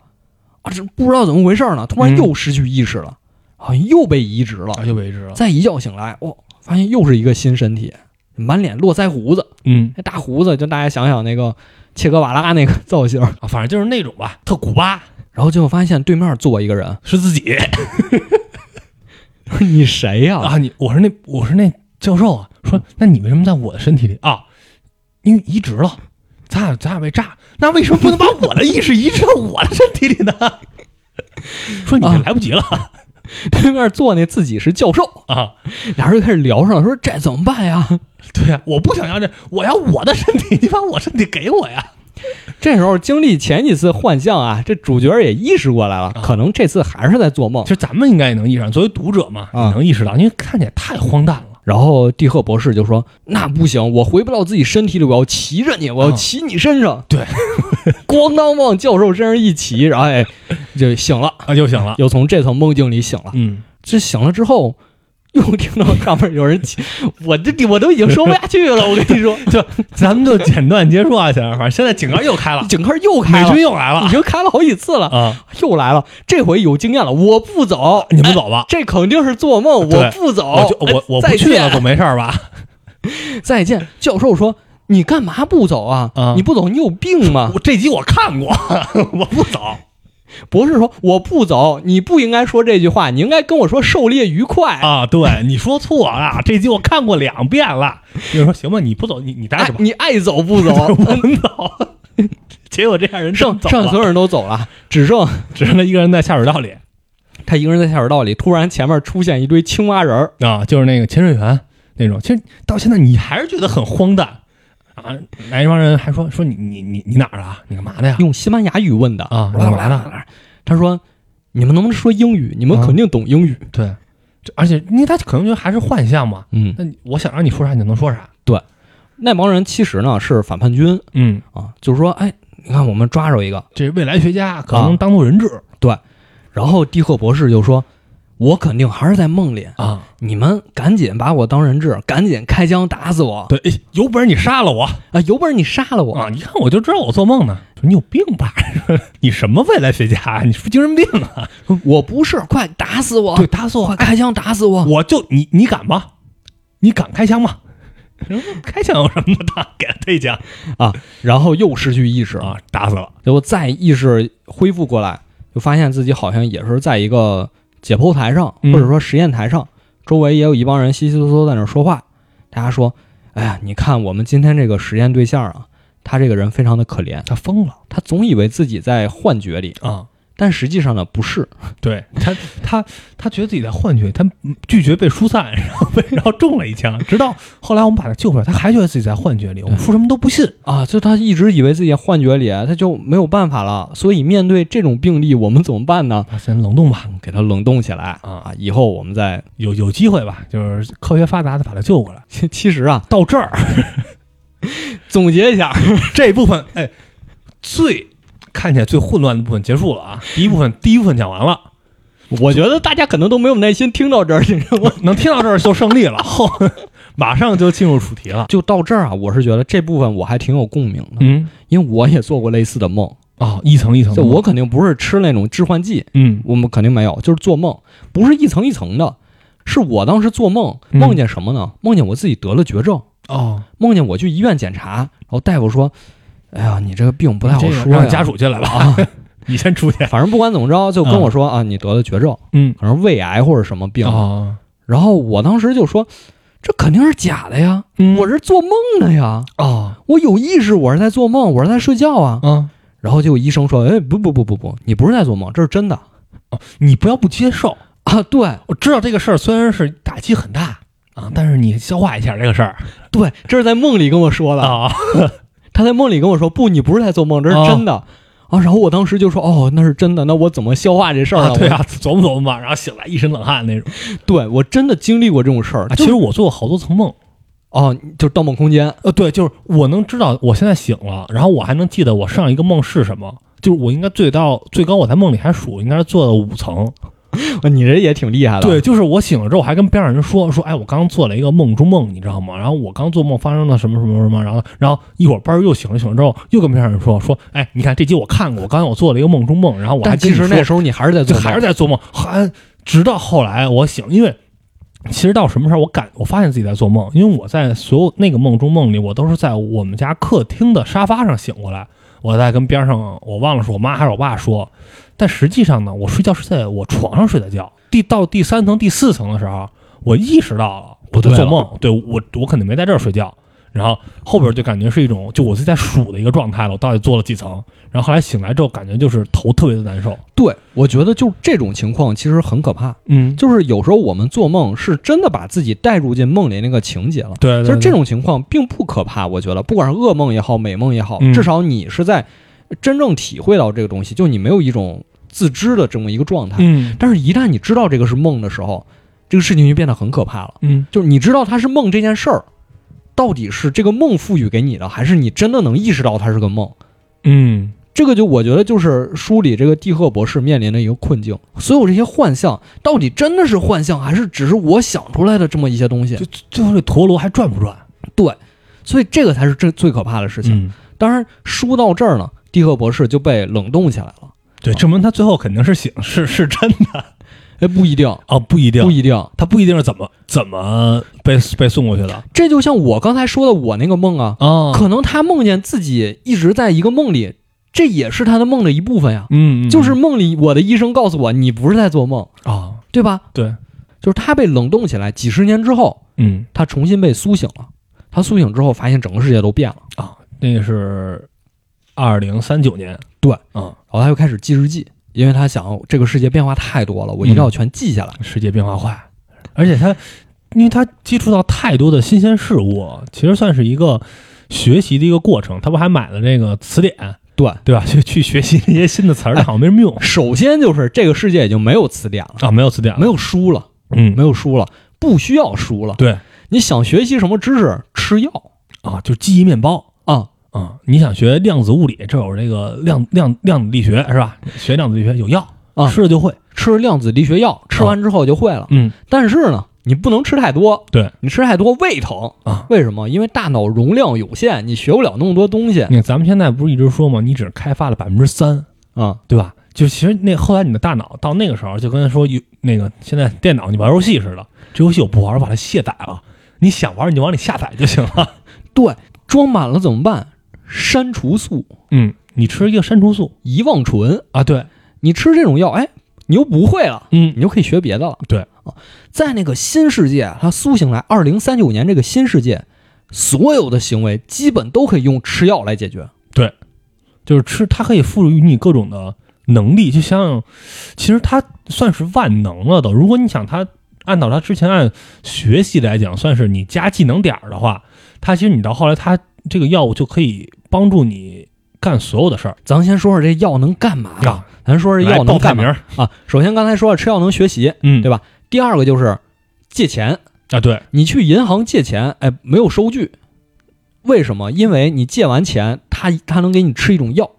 A: 啊，这不知道怎么回事呢，突然又失去意识了，好像又被移植了。
B: 啊，又为之了。
A: 再一觉醒来，哦，发现又是一个新身体，满脸络腮胡子，
B: 嗯
A: 那大胡子，就大家想想那个切格瓦拉那个 造型。
B: 啊，反正就是那种吧，特古巴
A: 然后结果发现对面坐一个人，
B: 是自己
A: 你谁呀、
B: 啊。你我是那我是那教授啊，说那你为什么在我的身体里啊？因为移植了，咱俩咱俩被炸，那为什么不能把我的意识 移植到我的身体里呢？ 说你这
A: 啊
B: 来不及了
A: 对面坐那自己是教授，
B: 啊！
A: 俩人就开始聊上了，说这怎么办呀？
B: 对呀、我不想要这，我要我的身体，你 把我身体给我呀！
A: 这时候经历前几次幻象啊，这主角也意识过来了，可能这次还是在做梦
B: 其。实咱们应该也能意识到，作为读者嘛，
A: 啊
B: 也能意识到，因为看起来太荒诞了。
A: 然后蒂赫博士就说：“那不行，我回不到自己身体里，我要骑着你，我要骑你身上。
B: 啊 对，
A: 咣当往教授身上一骑，然后哎，就醒了，
B: 啊，就行了。
A: 又从这层梦境里醒了。
B: 嗯，
A: 这醒了之后，又听到上面有人起， 我这我都已经说不下去了。我跟你 说，
B: 就咱们就简短结束啊，小杨。反正现在井盖又开了，
A: 井盖又开
B: 美
A: 了
B: 军，又来了
A: 已经开了好几次了，
B: 啊！
A: 又来了。这回有经验了，我不走，
B: 你们
A: 哎。
B: 走吧，
A: 这肯定是做梦，
B: 对
A: 我不走，
B: 我就我我不去了，
A: 哎
B: 总没事儿吧？
A: 再见，再见。教授说：“你干嘛不走啊？
B: 啊
A: 你不走，你有病吗
B: 我这集我看过， 我不走。？”
A: 博士说：“我不走，你不应该说这句话，你应该跟我说狩猎愉快。
B: 啊，对，你说错了，这集我看过两遍了。有人说行吧，你不走，你你待
A: 哎
B: 着吧，，
A: 你爱走不走
B: 我们走。 结果这样人正
A: 剩
B: 走
A: 剩所
B: 了，
A: 有人都走了，只剩
B: 只剩他一个人在下水道里
A: 他一个人在下水道里，突然前面出现一堆青蛙人儿，
B: 啊，就是那个潜水员那种。其实到现在你还是觉得很荒诞啊。来一帮人还说说你你你你哪儿的啊？你干嘛的呀？
A: 用西班牙语问的
B: 啊
A: 我说
B: 干嘛呢
A: 我来他说：“你们能不能说英语？你们
B: 啊
A: 肯定懂英语。
B: 对，这而且因为他可能觉得还是幻象嘛。
A: 嗯，
B: 那你我想让你说啥，你就能说啥。
A: 那帮人其实呢是反叛军
B: 嗯，
A: 啊，就是说，哎，你看我们抓着一个，
B: 这未来学家可
A: 啊
B: 能当做人质
A: 然后蒂赫博士就说：“我肯定还是在梦里，
B: 啊。
A: 你们赶紧把我当人质，赶紧开枪打死我
B: 对，哎有本事你杀了我
A: 啊！有本事你杀了我！”
B: 啊！你看我就知道我做梦呢。说你有病吧？ 你什么未来学家啊？你是不是精神病啊？
A: 我不是，快打死我！
B: 对，打死
A: 快
B: 我！
A: 开枪打死我！
B: 我就你你敢吗？你敢开枪吗？ 开枪有什么的？给他推枪
A: 然后又失去意识
B: 啊！打死了
A: 结果再意识恢复过来，就发现自己好像也是在一个解剖台上，
B: 嗯
A: 或者说实验台上，周围也有一帮人稀稀嗦嗦在那儿说话。大家说：“哎呀，你看我们今天这个实验对象啊，他这个人非常的可怜，
B: 他疯了
A: 他总以为自己在幻觉里，
B: 啊！
A: 但实际上呢不是。
B: 对他，他他觉得自己在幻觉，他拒绝被疏散，然后被然后中了一枪，直到后来我们把他救出来，他还觉得自己在幻觉里，我们说什么都不信。
A: 啊，就他一直以为自己在幻觉里，啊他就没有办法了。所以面对这种病例，我们怎么办呢？
B: 啊，先冷冻吧，
A: 给他冷冻起来
B: 啊，
A: 以后我们再……
B: 有有机会吧，就是科学发达的把他救过来。
A: 其其实啊，
B: 到这儿
A: 总结一下，
B: 这部分，哎，最看起来最混乱的部分结束了啊。第一部分，第一部分讲完了，
A: 我觉得大家可能都没有耐心听到这儿，你知道吗？
B: 能听到这儿就胜利了， 后马上就进入主题了。
A: 就到这儿啊，我是觉得这部分我还挺有共鸣的，
B: 嗯，
A: 因为我也做过类似的梦。
B: 哦，一层一层的，
A: 就我肯定不是吃那种致幻剂，
B: 嗯
A: 我们肯定没有，就是做梦，不是一层一层的，是我当时做梦，
B: 嗯
A: 梦见什么呢？梦见我自己得了绝症，
B: 哦，
A: 梦见我去医院检查，然后大夫说：“哎呀，你这个病不太好
B: 这个
A: 说呀。
B: 让家属进来吧，
A: 啊，
B: 你先出去。
A: 反正不管怎么着，就跟我说啊，你得了绝症，
B: 嗯，
A: 可能是胃癌或者什么病。
B: 哦，
A: 然后我当时就说，这肯定是假的呀，
B: 嗯
A: 我是做梦的呀，
B: 哦，
A: 我有意识，我是在做梦，我是在睡觉啊。
B: 啊，
A: 然后结果医生说，哎，不不不不不，你不是在做梦，这是真的
B: 哦你不要不接受。
A: 啊。对
B: 我知道这个事儿虽然是打击很大啊，但是你消化一下这个事儿
A: 对，这是在梦里跟我说的。
B: 啊。
A: 他在梦里跟我说，不，你不是在做梦，这是真的。啊，然后我当时就说，哦，那是真的，那我怎么消化这事儿呢？
B: 啊，对啊，琢磨琢磨吧，然后醒来一身冷汗那种。
A: 我，对我真的经历过这种事儿。
B: 啊，
A: 就
B: 其实我做过好多层梦，
A: 哦，就是《盗梦空间》
B: 呃，对，就是我能知道我现在醒了，然后我还能记得我上一个梦是什么。就是我应该最到最高，我在梦里还数，应该是做了五层。
A: 啊，你这也挺厉害的。
B: 对，就是我醒了之后，还跟边上人说说，哎，我刚做了一个梦中梦，你知道吗？然后我刚做梦发生了什么什么什么，然后然后一会儿班儿又醒了，醒了之后又跟边上人说说，哎，你看这集我看过，我刚才我做了一个梦中梦，然后我还
A: 但
B: 跟
A: 其
B: 你
A: 实
B: 说
A: 那时候你还是在
B: 就
A: 做梦，
B: 还是在做梦，还直到后来我醒，因为其实到什么时候我感我发现自己在做梦，因为我在所有那个梦中梦里，我都是在我们家客厅的沙发上醒过来，我在跟边上我忘了是我妈还是我爸说，但实际上呢，我睡觉是在我床上睡的觉，第到第三层第四层的时候，我意识到了
A: 不
B: 我在
A: 对
B: 做
A: 了
B: 梦，对我我肯定没在这儿睡觉。然后后边就感觉是一种，就我自己在数的一个状态了，我到底做了几层。然后后来醒来之后，感觉就是头特别的难受。
A: 对，我觉得就这种情况其实很可怕。
B: 嗯，
A: 就是有时候我们做梦是真的把自己带入进梦里那个情节了。
B: 对，对
A: 就是这
B: 对
A: 种情况并不可怕，我觉得，不管是噩梦也好，美梦也好，
B: 嗯
A: 至少你是在真正体会到这个东西，就你没有一种自知的这么一个状态。
B: 嗯
A: 但是，一旦你知道这个是梦的时候，这个事情就变得很可怕了。
B: 嗯，
A: 就是你知道它是梦这件事儿，到底是这个梦赋予给你的，还是你真的能意识到它是个梦？
B: 嗯，
A: 这个就我觉得就是书里这个蒂赫博士面临的一个困境，所有这些幻象到底真的是幻象，还是只是我想出来的这么一些东西
B: 就？最后这陀螺还转不转？
A: 所以这个才是最最可怕的事情。
B: 嗯，
A: 当然，书到这儿呢，蒂赫博士就被冷冻起来了。
B: 对，证明他最后肯定是醒，是是真的
A: 哎，不一定，
B: 哦，不一定
A: 不，一定。
B: 他不一定是怎么怎么被被送过去的
A: 这就像我刚才说的，我那个梦啊，
B: 啊
A: 可能他梦见自己一直在一个梦里，这也是他的梦的一部分呀。
B: 嗯，嗯
A: 就是梦里，我的医生告诉我，你不是在做梦，
B: 啊，
A: 对吧？
B: 对，
A: 就是他被冷冻起来，几十年之后，
B: 嗯
A: 他重新被苏醒了。他苏醒之后，发现整个世界都变了，
B: 啊，那是二零三九年，
A: 对
B: 啊，
A: 然后他又开始记日记，因为他想这个世界变化太多了，我一定要全记下来。
B: 世界变化快，而且他因为他接触到太多的新鲜事物，其实算是一个学习的一个过程。他不还买了这个词典，
A: 对，
B: 嗯对吧？去去学习这些新的词儿，但好像没什么用。
A: 首先就是这个世界已经没有词典了，
B: 啊，没有词典了，
A: 没有书了，
B: 嗯，
A: 没有书了，不需要书了。
B: 对
A: 你想学习什么知识，吃药
B: 啊，就记忆面包
A: 啊，
B: 啊。你想学量子物理，这有这个量量量子力学是吧？学量子力学有药
A: 啊
B: 吃了就会。
A: 吃量子力学药，吃完之后就会了。
B: 嗯
A: 但是呢，你不能吃太多，
B: 对
A: 你吃太多胃疼
B: 啊。
A: 为什么？因为大脑容量有限，你学不了那么多东西
B: 你看咱们现在不是一直说吗？你只开发了百分之三，
A: 啊。
B: 对吧？就其实那后来你的大脑到那个时候，就跟说有那个现在电脑你玩游戏似的，这游戏我不玩，我把它卸载了。你想玩你就往里下载就行了。
A: 对，装满了怎么办？删除素、
B: 嗯，你吃一个删除素
A: 遗忘醇，
B: 啊，对，
A: 你吃这种药，哎，你又不会了，
B: 嗯
A: 你就可以学别的了。
B: 对
A: 啊，在那个新世界，它苏醒来，二零三九年这个新世界，所有的行为基本都可以用吃药来解决。
B: 就是吃，它可以赋予你各种的能力，就像其实它算是万能了都。如果你想它按照它之前按学习来讲，算是你加技能点儿的话，它其实你到后来它这个药物就可以帮助你干所有的事儿
A: 咱先说说这药能干嘛？
B: 啊。
A: 咱说这
B: 来
A: 药能
B: 报菜
A: 干
B: 名
A: 嘛
B: 儿，
A: 啊？首先刚才说了吃药能学习，
B: 嗯，
A: 对吧？第二个就是借钱，
B: 啊，对，
A: 你去银行借钱，哎，没有收据，为什么？因为你借完钱，他他能给你吃一种药，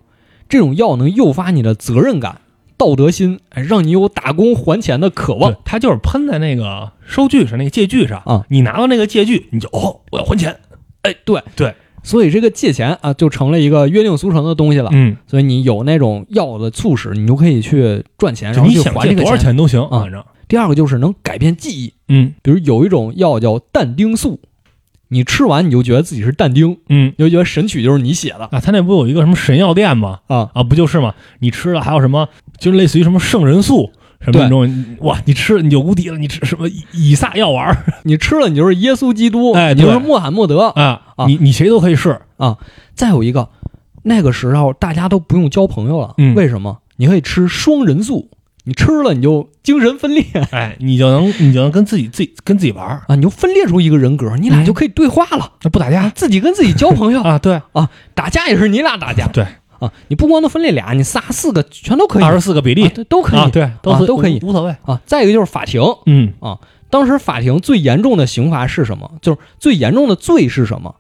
A: 这种药能诱发你的责任感，道德心，哎，让你有打工还钱的渴望
B: 对。，他就是喷在那个收据上，那个借据上
A: 啊
B: 你拿到那个借据，你就哦，我要还钱。
A: 哎，对
B: 对，
A: 所以这个借钱啊，就成了一个约定俗成的东西了。
B: 嗯，
A: 所以你有那种要的促使，你就可以去赚钱，
B: 就
A: 然后
B: 你
A: 去
B: 想
A: 还
B: 借
A: 这个
B: 多少
A: 钱。
B: 钱都行，
A: 啊
B: 反正
A: 第二个就是能改变记忆，
B: 嗯
A: 比如有一种药叫但丁素，你吃完你就觉得自己是但丁，
B: 嗯
A: 你就觉得《神曲》就是你写的
B: 啊，他那不有一个什么神药店吗？
A: 啊。
B: 啊，不就是吗？你吃了还有什么，就是类似于什么圣人素什么
A: 对
B: 那种，哇，你吃了你就无敌了，你吃什么以以撒药丸儿
A: 你吃了你就是耶稣基督，
B: 哎
A: 你
B: 对
A: 就是穆罕默德。
B: 啊
A: 啊
B: 你你谁都可以试，
A: 再有一个，那个时候大家都不用交朋友了，
B: 嗯
A: 为什么？你可以吃双人素，你吃了你就精神分裂
B: 哎，你就能你就能跟自己自己跟自己玩儿，
A: 啊，你就分裂出一个人格，你俩
B: 嗯
A: 就可以对话了，啊
B: 那不打架
A: 自己跟自己交朋 友，
B: 啊？对，
A: 打架也是你俩打架。
B: 对
A: 啊，你不光能分裂俩，你仨四个全都可以，
B: 二十四个比例
A: 啊对都可以
B: 啊，对，都
A: 啊
B: 是
A: 都可以
B: 无无所谓，
A: 啊再一个就是法庭，
B: 嗯，
A: 当时法庭最严重的刑罚是什么？就是最严重的罪是什么？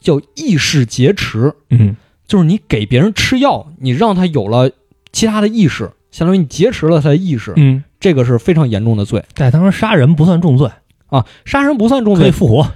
A: 叫意识劫持，
B: 嗯，
A: 就是你给别人吃药，你让他有了其他的意识，相当于你劫持了他的意识，
B: 嗯，
A: 这个是非常严重的罪
B: 在当时杀人不算重罪，
A: 啊。杀人不算重
B: 可以
A: 罪，
B: 复活。啊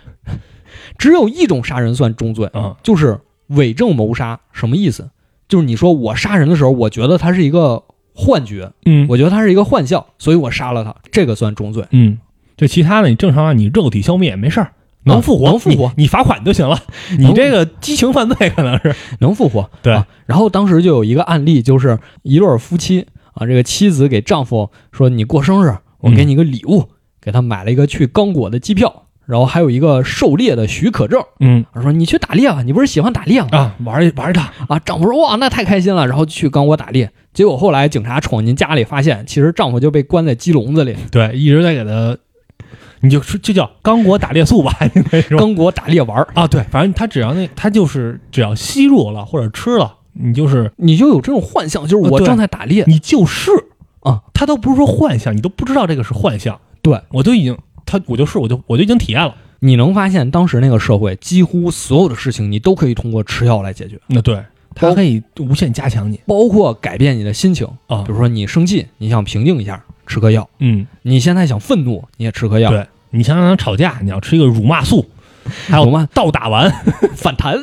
A: 只有一种杀人算重罪，
B: 嗯
A: 就是伪证谋杀。什么意思？就是你说我杀人的时候，我觉得他是一个幻觉，
B: 嗯
A: 我觉得他是一个幻象，所以我杀了他，这个算重罪。
B: 嗯，就其他的你正常啊让你肉体消灭也没事儿，能复活
A: 能复活
B: 你你罚款就行了。
A: 能
B: 你这个激情犯罪可能是
A: 能复活。
B: 对
A: 啊，然后当时就有一个案例，就是一对儿夫妻啊，这个妻子给丈夫说：“你过生日，我
B: 嗯
A: 给你一个礼物。给他买了一个去刚果的机票，然后还有一个狩猎的许可证。
B: 嗯
A: 说你去打猎吧，你不是喜欢打猎吗？
B: 啊，玩儿一玩儿一趟，
A: 啊，丈夫说哇，那太开心了，然后去刚果打猎。结果后来警察闯进家里，发现其实丈夫就被关在鸡笼子里。
B: 对，一直在给他，你就说就叫刚果打猎素吧， 应该说
A: 刚果打猎玩儿，
B: 啊，对，反正他只要那他就是只要吸入了或者吃了，你就是
A: 你就有这种幻象，就是我
B: 啊对
A: 正在打猎。
B: 你就是
A: 啊，
B: 他都不是说幻象，你都不知道这个是幻象。
A: 对，
B: 我都已经他我就是我就我就已经体验了。
A: 你能发现当时那个社会，几乎所有的事情你都可以通过吃药来解决。
B: 那对，他可以无限加强你
A: 包括改变你的心情
B: 啊
A: 比如说你生气，你想平静一下，吃颗药；
B: 嗯，
A: 你现在想愤怒，你也吃颗药，
B: 对你想想吵架，你要吃一个辱骂 素，还
A: 懂
B: 有
A: 吗？
B: 倒打 丸，
A: 反弹，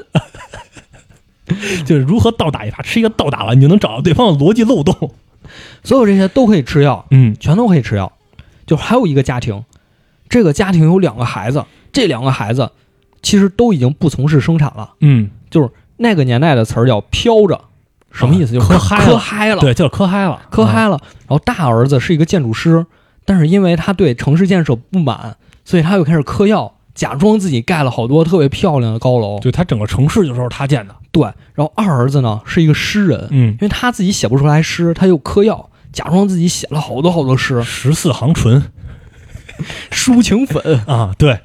B: 就是如何倒打一耙，吃一个倒打丸，你就能找到对方的逻辑漏洞。
A: 所有这些都可以吃药，
B: 嗯
A: 全都可以吃药。就还有一个家庭，这个家庭有两个孩子，这两个孩子其实都已经不从事生产了，
B: 嗯，
A: 就是那个年代的词儿叫“飘着”，什么意思？
B: 啊
A: 就是
B: 磕嗨了
A: 磕嗨了，
B: 对，就是磕嗨了，啊
A: 磕嗨了。然后大儿子是一个建筑师，但是因为他对城市建设不满，所以他又开始嗑药，假装自己盖了好多特别漂亮的高楼
B: 嗯，。就他整个城市就是他建的。
A: 对，然后二儿子呢是一个诗人，因
B: 嗯，
A: 为他自己写不出来诗，他又嗑药。假装自己写了好多好多诗，
B: 十四行唇
A: 抒情粉，
B: 啊，对，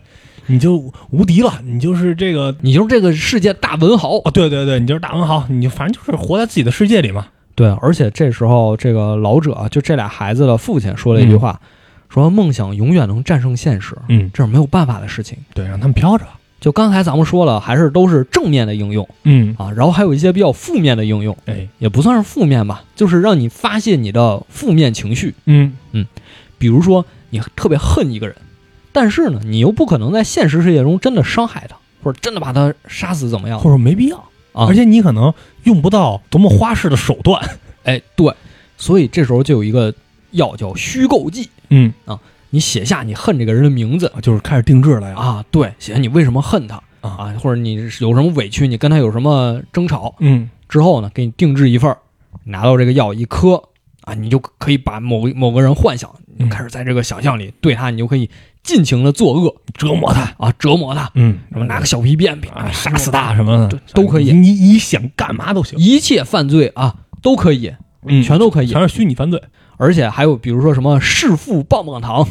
B: 你就无敌了，你就是这个
A: 你就是这个世界大文豪。
B: 哦，对对对，你就是大文豪，你就反正就是活在自己的世界里嘛。
A: 对，而且这时候这个老者啊就这俩孩子的父亲说了一句话，说梦想永远能战胜现实，
B: 嗯，
A: 这是没有办法的事情。
B: 对，让他们飘着。
A: 就刚才咱们说了，还是都是正面的应用。
B: 嗯，
A: 啊，然后还有一些比较负面的应用，
B: 哎，
A: 也不算是负面吧，就是让你发泄你的负面情绪。
B: 嗯
A: 比如说，你特别恨一个人，但是呢，你又不可能在现实世界中真的伤害他，或者真的把他杀死，怎么样
B: 或者说没必要，
A: 啊
B: 而？且你可能用不到多么花式的手段。
A: 哎，对，所以这时候就有一个药叫虚构剂，
B: 嗯，
A: 你写下你恨这个人的名字
B: 啊就是开始定制了呀。
A: 啊，对，写下你为什么恨他
B: 啊，
A: 啊，或者你有什么委屈，你跟他有什么争吵，
B: 嗯，
A: 之后呢，给你定制一份儿，拿到这个药一颗啊，你就可以把某某个人幻想，你就开始在这个想象里对他，你就可以尽情的作恶
B: 折磨他。
A: 啊，折磨他，
B: 嗯，
A: 什么拿个小皮鞭鞭
B: 啊，杀死，他什么的
A: 嗯对都可以
B: 你你想干嘛都行，
A: 一切犯罪啊都可以，
B: 嗯
A: 全都可以，
B: 全是虚拟犯罪，
A: 而且还有比如说什么弑父棒棒糖、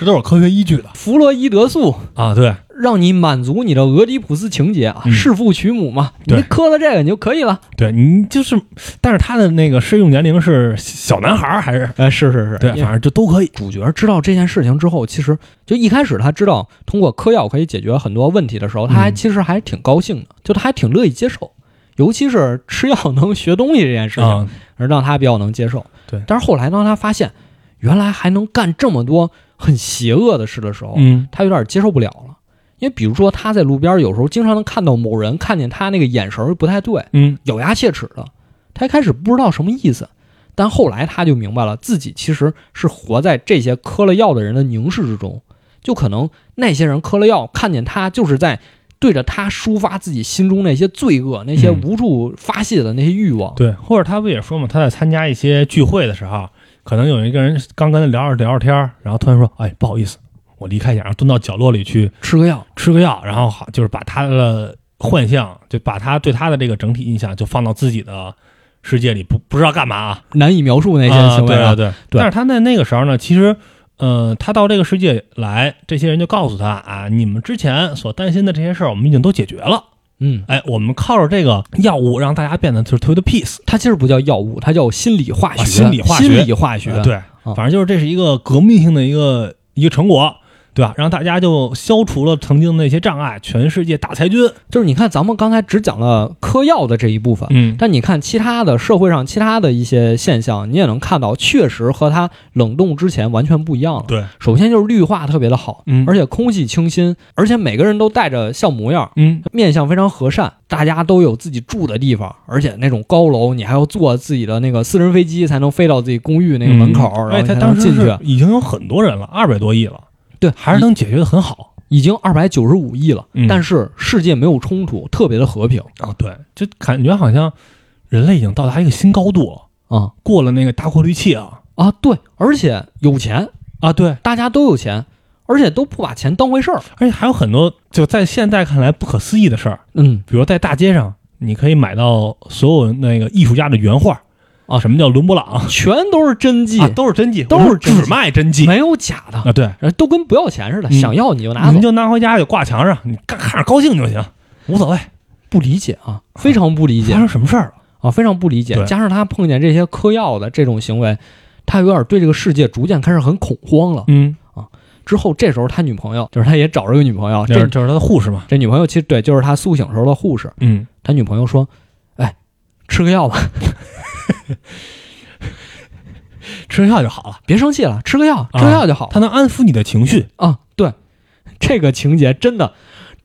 B: 这都是有科学依据的
A: 弗洛伊德素。
B: 啊。对，
A: 让你满足你的俄狄浦斯情节啊，
B: 嗯
A: 弑父娶母嘛，你
B: 对
A: 磕了这个你就可以了。
B: 对你就是，但是他的那个适用年龄是小男孩儿还是？
A: 哎，是是是
B: 对，反正就都可以。
A: 主角知道这件事情之后，其实就一开始他知道通过嗑药可以解决很多问题的时候，他还
B: 嗯
A: 其实还挺高兴的，就他还挺乐意接受，尤其是吃药能学东西这件事情，
B: 啊，
A: 而让他比较能接受。
B: 对
A: 但是后来当他发现原来还能干这么多很邪恶的事的时候，
B: 嗯
A: 他有点接受不了了。因为比如说他在路边有时候经常能看到某人看见他那个眼神儿不太对，
B: 嗯
A: 咬牙切齿的。他一开始不知道什么意思，但后来他就明白了，自己其实是活在这些嗑了药的人的凝视之中。就可能那些人嗑了药，看见他就是在对着他抒发自己心中那些罪恶、那些
B: 嗯
A: 无处发泄的那些欲望。
B: 对，或者他不也说嘛，他在参加一些聚会的时候，可能有一个人刚跟他聊着聊着天儿，然后突然说：“哎，不好意思，我离开一下，然后蹲到角落里去
A: 吃个药，
B: 吃个药。”然后好，就是把他的幻象，就把他对他的这个整体印象，就放到自己的世界里，不不知道干嘛啊。
A: 难以描述那些行为
B: 啊，
A: 了。
B: 对对
A: 对
B: 但是他在那个时候呢，其实。呃，他到这个世界来，这些人就告诉他啊，你们之前所担心的这些事儿，我们已经都解决了。
A: 嗯，
B: 哎，我们靠着这个药物，让大家变得就是特别的 peace。
A: 它其实不叫药物，它叫心理化学。
B: 啊心理化学
A: 心理化学。
B: 呃对，
A: 啊
B: 反正就是这是一个革命性的一个一个成果，对吧？让大家就消除了曾经的那些障碍，全世界大裁军，
A: 就是你看，咱们刚才只讲了嗑药的这一部分，
B: 嗯，
A: 但你看其他的社会上其他的一些现象，你也能看到，确实和它冷冻之前完全不一样了。
B: 对，
A: 首先就是绿化特别的好，
B: 嗯
A: 而且空气清新，而且每个人都带着笑模样，
B: 嗯，
A: 面相非常和善，大家都有自己住的地方，而且那种高楼你还要坐自己的那个私人飞机才能飞到自己公寓那个门口，然
B: 哎，
A: 后
B: 他
A: 才
B: 当
A: 能
B: 时
A: 进去
B: 是。已经有很多人了，二百多亿了，
A: 对，
B: 还是能解决的很好。
A: 已已经二百九十五亿了，
B: 嗯
A: 但是世界没有冲突，特别的和平
B: 哦，对，就感觉好像人类已经到达一个新高度了，
A: 啊、
B: 过了那个大过滤器啊
A: 啊！对，而且有钱，
B: 啊，对，
A: 大家都有钱，而且都不把钱当回事儿。
B: 而且还有很多就在现在看来不可思议的事儿，
A: 嗯
B: 比如在大街上。你可以买到所有那个艺术家的原画
A: 啊
B: 什么叫伦勃朗，
A: 全都是真迹，
B: 啊，都是真迹，
A: 都是
B: 我们
A: 真迹
B: 只卖真迹
A: 没有假的，
B: 啊。对，
A: 都跟不要钱似的，
B: 嗯
A: 想要你就拿
B: 你们
A: 走。
B: 就拿回家就挂墙上，你看看着高兴就行，无所谓。
A: 不理解啊，非常不理解
B: 发生什么事儿了？
A: 啊，非常不理解。
B: 对
A: 加上他碰见这些嗑药的这种行为，他有点对这个世界逐渐开始很恐慌了。
B: 嗯，
A: 之后这时候他女朋友，就是他也找着个女朋友，
B: 啊这
A: 这
B: 这是他的护士嘛？
A: 这女朋友其实对，就是他苏醒时候的护士。
B: 嗯，
A: 他女朋友说：“哎，吃个药吧，
B: 吃药就好了，
A: 别生气了，吃个药，吃个药就好。
B: 它能安抚你的情绪。
A: 啊，对，这个情节真的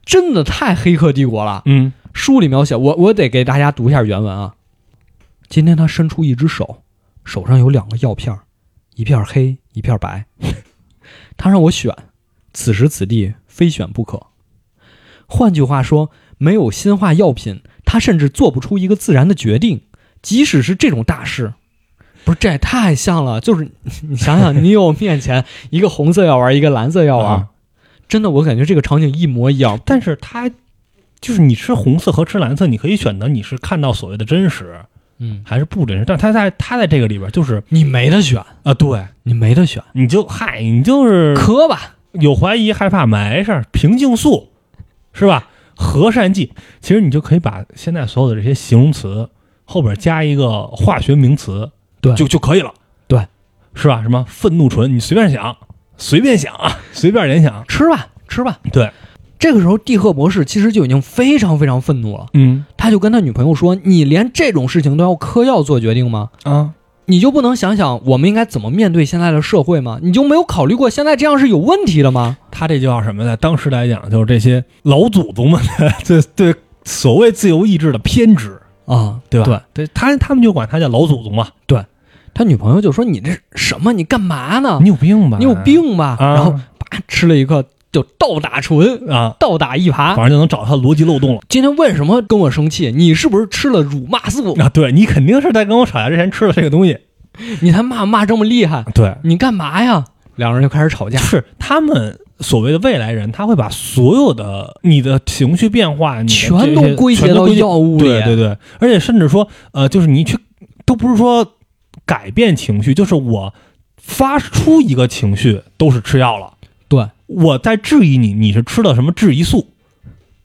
A: 真的太《黑客帝国》了。
B: 嗯
A: 书里描写，我我得给大家读一下原文啊。今天他伸出一只手，手上有两个药片儿，一片黑，一片白。 他让我选，此时此地非选不可。换句话说，没有新化药品，他甚至做不出一个自然的决定，即使是这种大事。不是，这也太像了。就是你 想想，你有面前一个红色药丸，一个蓝色药丸，
B: 啊，
A: 真的，我感觉这个场景一模一样。
B: 但是它就是你吃红色和吃蓝色，你可以选择你是看到所谓的真实
A: 嗯，
B: 还是不真实。但他在他在这个里边就是
A: 你没得选，
B: 啊，对，
A: 你没得选，
B: 你就嗨，你就是
A: 磕吧。
B: 有怀疑、害怕、没事儿，平静素，是吧？和善剂，其实你就可以把现在所有的这些形容词后边加一个化学名词，
A: 对
B: 就就可以了，
A: 对，
B: 是吧？什么愤怒醇，你随便想，随便想啊，随便联想，
A: 吃吧，吃吧。
B: 对，
A: 这个时候，蒂赫博士其实就已经非常非常愤怒了，
B: 嗯
A: 他就跟他女朋友说：“你连这种事情都要嗑药做决定吗？
B: 啊，
A: 你就不能想想我们应该怎么面对现在的社会吗？你就没有考虑过现在这样是有问题的吗
B: 他这叫什么呢？当时来讲，就是这些老祖宗们的 对对所谓自由意志的偏执，？”
A: 啊，
B: 对吧？
A: 对，
B: 对他他们就管他叫老祖宗嘛，
A: 他女朋友就说：“你这什么？你干嘛呢？
B: 你有病
A: 啊
B: 吧？
A: 你有病吧？”
B: 啊
A: 然后啪吃了一颗，就倒打唇，
B: 啊！
A: 倒打一耙
B: 反。正就能找到他逻辑漏洞了。
A: 今天为什么跟我生气？你是不是吃了辱骂素？
B: 啊，对你肯定是在跟我吵架之前吃了这个东西。
A: 你还骂骂这么厉害，
B: 对，
A: 你干嘛呀？两人就开始吵架。
B: 是他们所谓的未来人，他会把所有的你的情绪变化，你的
A: 全
B: 这
A: 都
B: 些
A: 归结
B: 全都
A: 到
B: 归结
A: 药物里。啊
B: 对对对，而且甚至说，呃，就是你去，都不是说改变情绪，就是我发出一个情绪都是吃药了。
A: 对
B: 我在质疑你，你是吃了什么质疑素？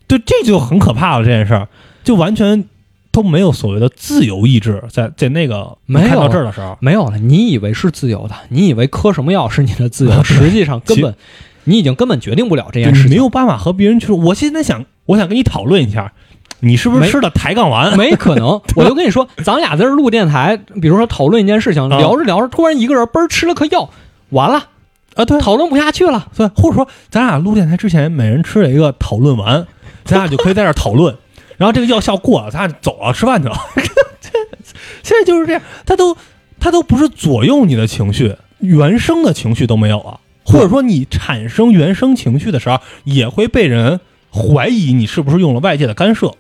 B: 对，这就很可怕了。这件事儿就完全都没有所谓的自由意志，在在那个
A: 没有
B: 看到这儿的时候，
A: 没有了。你以为是自由的，你以为嗑什么药是你的自 由，
B: 对
A: 实际上根本你已经根本决定不了这
B: 就
A: 件
B: 你
A: 事
B: 没
A: 情。
B: 有办法和别人去说。我现在想，我想跟你讨论一下，你是不
A: 没
B: 是吃了抬杠丸？
A: 没可 能。我就跟你说，咱俩在这儿录电台，比如说讨论一件事情，
B: 啊
A: 聊着聊着，突然一个人嘣儿吃了颗药，完了，
B: 啊，对，
A: 讨论不下去了。
B: 对，或者说咱俩录电台之前，每人吃了一个讨论丸，咱俩就可以在这儿讨论。然后这个药效过了，咱俩走啊，吃饭去了。现在就是这样，他都他都不是左右你的情绪，原生的情绪都没有了，或者说你产生原生情绪的时候，也会被人怀疑你是不是用了外界的干涉。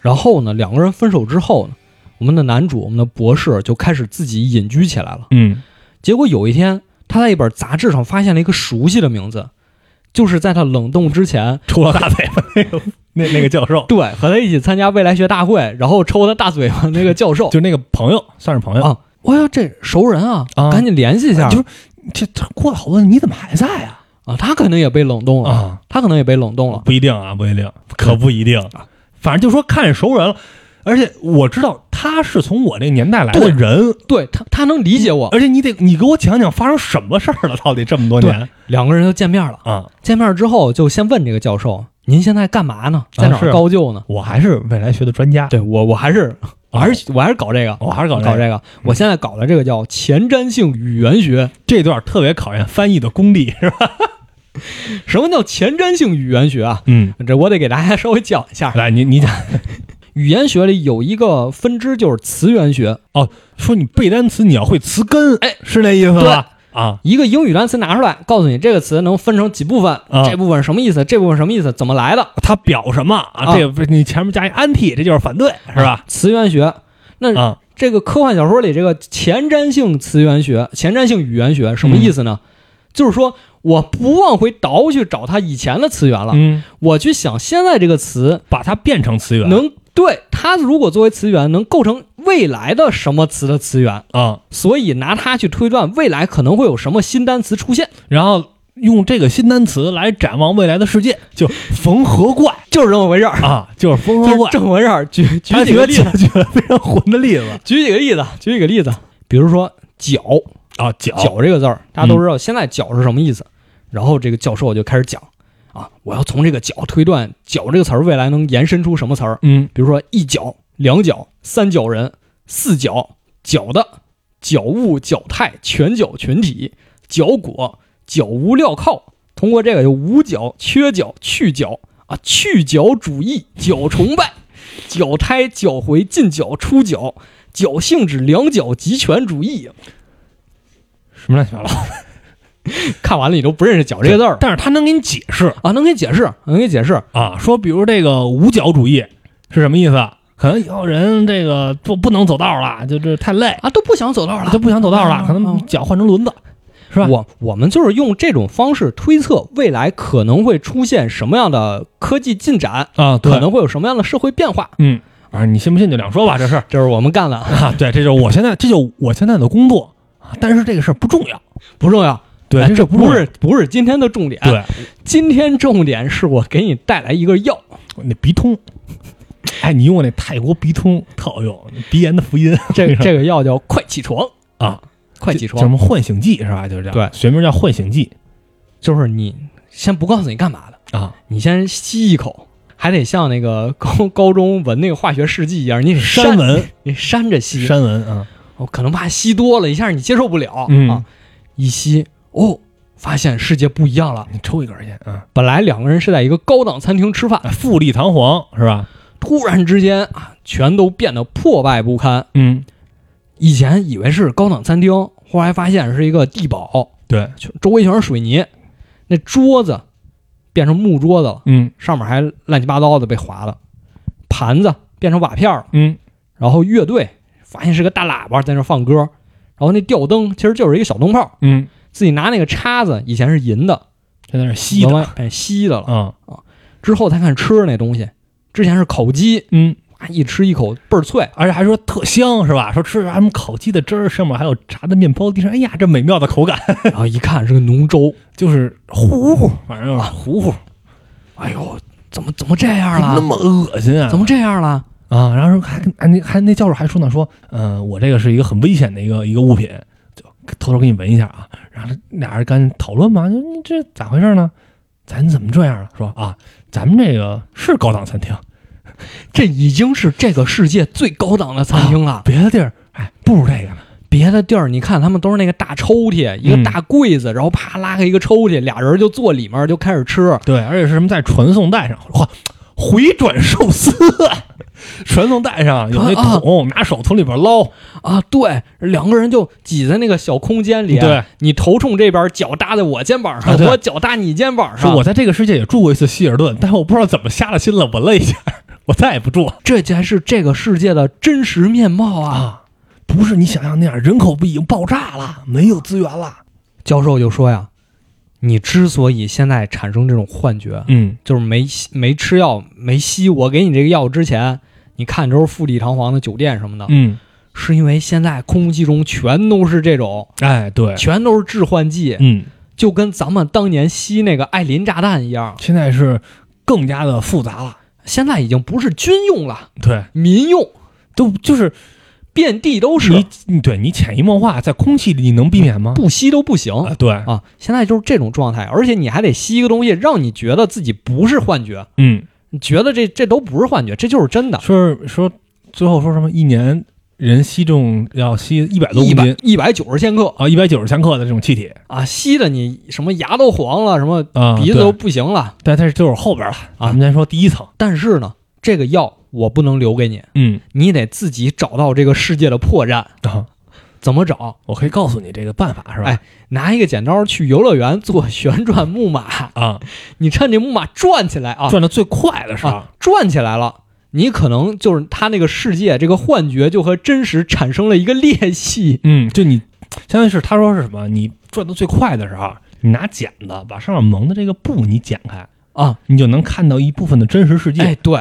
A: 然后呢，两个人分手之后呢，我们的男主，我们的博士就开始自己隐居起来了。
B: 嗯，
A: 结果有一天，他在一本杂志上发现了一个熟悉的名字，就是在他冷冻之前，
B: 抽了大腿的那个那那个教授，
A: 对，和他一起参加未来学大会，然后抽他大嘴巴那个教授
B: 就那个朋友，算是朋友。
A: 啊，我说这熟人啊，
B: 啊
A: 赶紧联系一下。
B: 就是这这过了好多年，你怎么还在啊？
A: 啊，他可能也被冷冻了，
B: 啊
A: 他可能也被冷冻了。
B: 不一定啊，不一定，可不一定
A: 啊。
B: 反正就说看熟人了，而且我知道他是从我那个年代来的人，
A: 对他，他能理解我。
B: 而且你得你给我讲讲发生什么事儿了，到底这么多年
A: 两个人就见面了，
B: 啊？
A: 见面之后就先问这个教授：“您现在干嘛呢？在哪
B: 是
A: 儿高就呢
B: 我还是未来学的专家？”，
A: 啊对我，我还是，我还是，我还是搞这个，
B: 我还是搞
A: 搞
B: 个。
A: 这个。嗯我现在搞的这个叫前瞻性语言学。
B: 这段特别考验翻译的功力，是吧？
A: 什么叫前瞻性语言学啊？
B: 嗯，
A: 这我得给大家 稍微讲一下。
B: 来，你你讲
A: 语言学里有一个分支就是词源学，
B: 说你背单词，你要会词根，哎，是那意思吧？啊，
A: 一个英语单词拿出来，告诉你这个词能分成几部分，
B: 啊
A: 这部分什么意思，这部分什么意思，怎么来的。
B: 他表什么啊？
A: 啊
B: 这个不是你前面加一 anti，这就是反对，是吧？
A: 词源学，那
B: 啊，
A: 这个科幻小说里这个前瞻性词源学、前瞻性语言学什么意思
B: 嗯
A: 呢？就是说我不往回倒去找它以前的词源了，
B: 嗯，
A: 我去想现在这个词
B: 把它变成词源
A: 能对它如果作为词源能构成未来的什么词的词源，
B: 啊，
A: 所以拿它去推断未来可能会有什么新单词出现，
B: 然后用这个新单词来展望未来的世界，就缝合怪
A: 就是这么回事儿，
B: 啊，就是缝
A: 就
B: 合
A: 是
B: 怪。
A: 这么回事儿。举举
B: 他
A: 几
B: 举
A: 个
B: 了
A: 例
B: 几
A: 子
B: 个，举了非常混的例子
A: 举几个例子，举几个例子，比如说脚，
B: 啊，脚
A: 脚嗯这个字儿，大家都知道现在脚是什么意思。然后这个教授就开始讲啊，我要从这个脚推断脚这个词儿未来能延伸出什么词儿，
B: 嗯
A: 比如说一脚、两脚、三脚人、四脚、脚的、脚物、脚态、全脚群体、脚果、脚无镣铐。通过这个就无脚、缺脚、去脚啊，去脚主义、脚崇拜、脚胎、脚回、进脚、出脚、脚性质、两脚集权主义。
B: 什么乱七八糟，
A: 看完了你都不认识“脚”这个字儿了
B: 但是他能给你解释
A: 啊，能给你解释，能给你解释。
B: 啊，说比如这个无脚主义是什么意思？啊可能以后人这个不不能走道了，就这太累，
A: 啊，都不想走道了
B: 就。不想走道
A: 啊
B: 了，
A: 啊
B: 可能脚换成轮子，是吧？
A: 我我们就是用这种方式推测未来可能会出现什么样的科技进展，
B: 啊，对
A: 可能会有什么样的社会变化，
B: 嗯啊，你信不信就两说吧，这事儿
A: 这是我们干的，
B: 啊，对，这就是我现在，这就我现在的工作啊，但是这个事儿不重要，
A: 不重要。
B: 对，
A: 哎
B: 这事
A: 这
B: 儿不重
A: 不
B: 要
A: 是不是今天的重点，
B: 对，
A: 今天重点是我给你带来一个 药，
B: 那鼻通，哎，你用我那泰国鼻通特好用，鼻炎的福音。
A: 这这个药叫快起床
B: 啊，
A: 快起
B: 叫什
A: 床，
B: 么唤醒剂是吧？就是这样，
A: 对
B: 学名叫唤醒剂
A: 就是你先不告诉你干嘛的，
B: 啊。
A: 你先吸一口，还得像那个高高中闻那个化学试剂一样，你得
B: 山
A: 扇，
B: 文，
A: 你扇着吸，
B: 山文啊，
A: 我哦可能怕吸多了一下你接受不了、
B: 嗯
A: 啊，一吸哦，发现世界不一样了。
B: 你抽一根烟啊，
A: 本来两个人是在一个高档餐厅吃饭，
B: 富丽堂皇是吧？
A: 突然之间啊，全都变得破败不堪。
B: 嗯，
A: 以前以为是高档餐厅，后来发现是一个地堡，
B: 对，
A: 全周围全是水泥，那桌子变成木桌子了，
B: 嗯
A: 上面还乱七八糟的被划了，盘子变成瓦片了，
B: 嗯，
A: 然后乐队发现是个大喇叭在那放歌，然后那吊灯其实就是一个小灯泡。
B: 嗯，
A: 自己拿那个叉子，以前是银的，
B: 现在是吸的
A: 往外哎吸的了。
B: 啊，
A: 之后才看吃那东西，之前是烤鸡，
B: 嗯，
A: 哇，一吃一口倍儿脆，
B: 而且还说特香是吧？说吃什么烤鸡的汁儿，上面还有炸的面包地上，哎呀，这美妙的口感，
A: 然后一看是个浓粥，
B: 就是糊糊，反正就是糊糊，
A: 哎呦，怎么怎么这样
B: 那
A: 了？
B: 么恶心啊！
A: 哎怎么这样了？
B: 啊，然后还跟还那还那教授还说呢，说，嗯、我这个是一个很危险的一个一个物品，就偷偷给你闻一下啊。然后俩人赶紧讨论嘛，就你这咋回事呢？咱怎么这样啊？说啊，咱们这个是高档餐厅，
A: 这已经是这个世界最高档的餐厅了。
B: 别的地儿哎不如这个呢。
A: 别的地儿你看他们都是那个大抽屉，一个大柜
B: 嗯
A: 子，然后啪拉开一个抽屉，俩人就坐里面就开始吃。
B: 对，而且是什么在传送带上，哇，回转寿司，啊传送带上有那
A: 啊
B: 桶，拿手从里边捞，
A: 啊，对，两个人就挤在那个小空间里，啊
B: 对，
A: 你头冲这边，脚搭在我肩膀上，
B: 啊对
A: 我脚搭你肩膀上，
B: 说我在这个世界也住过一次希尔顿，但我不知道怎么瞎了心了，闻了一下，我再也不住了
A: 这才是这个世界的真实面貌啊！
B: 啊！不是你想象那样，人口不已经爆炸了，没有资源了。
A: 教授就说呀，你之所以现在产生这种幻觉，
B: 嗯，
A: 就是没吸没吃药没吸我给你这个药之前，你看都是富丽堂皇的酒店什么的，
B: 嗯，
A: 是因为现在空气中全都是这种，
B: 哎，对，
A: 全都是致幻剂，
B: 嗯，
A: 就跟咱们当年吸那个艾琳炸弹一样，
B: 现在是更加的复杂了，
A: 现在已经不是军用了，
B: 对，
A: 民用。
B: 都就是
A: 遍地都是
B: 你，你对你潜移默化在空气里，你能避免吗？
A: 不吸都不行
B: 啊，对，
A: 啊！现在就是这种状态，而且你还得吸一个东西，让你觉得自己不是幻觉，
B: 嗯，
A: 你觉得这这都不是幻觉，这就是真的。
B: 说是说最后说什么一年人吸中要吸一百多
A: 一
B: 公
A: 百
B: 斤
A: 一百九十千克
B: 啊，一百九十千克的这种气体
A: 啊，吸的你什么牙都黄了，什么
B: 啊，
A: 鼻子
B: 对
A: 都不行了。
B: 但它是就是后边了
A: 啊
B: 咱们先说第一层，
A: 但是呢，这个药我不能留给你，
B: 嗯
A: 你得自己找到这个世界的破绽。
B: 啊，
A: 怎么找？
B: 我可以告诉你这个办法是吧？
A: 哎拿一个剪刀去游乐园做 旋转木马，
B: 啊，
A: 你趁这木马转起来啊，
B: 转的最快的时候
A: 啊，转起来了，你可能就是他那个世界，这个幻觉就和真实产生了一个 裂隙。
B: 嗯，就你相当于是他说是什么？你转的最快的时候，你拿剪子把上面蒙的这个布你剪开。
A: 啊，
B: 你就能看到一部分的真实世界，
A: 哎，对，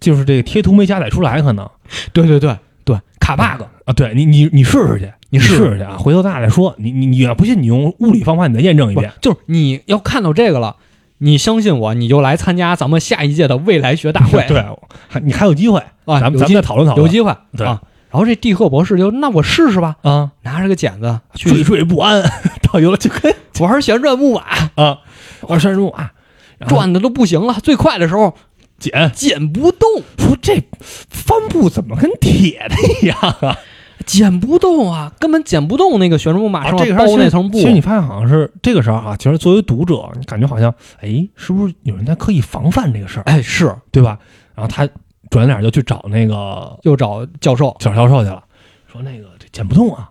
B: 就是这个贴图没加载出来，可能
A: 对对对对，卡 bug，
B: 啊。对你，你你试试去，
A: 你试
B: 试
A: 试
B: 试去啊，回头咱俩再说。你你你要不信，你用物理方法你再验证一
A: 不
B: 遍
A: 是。就是你要看到这个了，你相信我，你就来参加咱们下一届的未来学大会。
B: 对，还你还有机会，
A: 啊，
B: 咱们
A: 有
B: 咱们
A: 机
B: 再讨论讨
A: 有
B: 论。
A: 机会
B: 对
A: 啊。然后这蒂赫博士就那我试试吧，
B: 啊，
A: 拿着个剪子
B: 惴
A: 去
B: 惴不安， 到游乐就跟
A: 玩旋转木马，
B: 啊，玩山猪啊，然后
A: 转的都不行了，最快的时候
B: 剪，
A: 剪不动，
B: 说这帆布怎么跟铁的一样啊？
A: 剪不动啊，根本剪不动那个旋转木马上
B: 啊这
A: 面
B: 个
A: 包
B: 时候
A: 那层布。
B: 其实你发现好像是这个时候啊，其实作为读者，你感觉好像哎，是不是有人在刻意防范这个事儿，
A: 哎，是
B: 对吧？然后他转脸就去找那个
A: 又找教授，
B: 小销售去了，说那个这剪不动啊，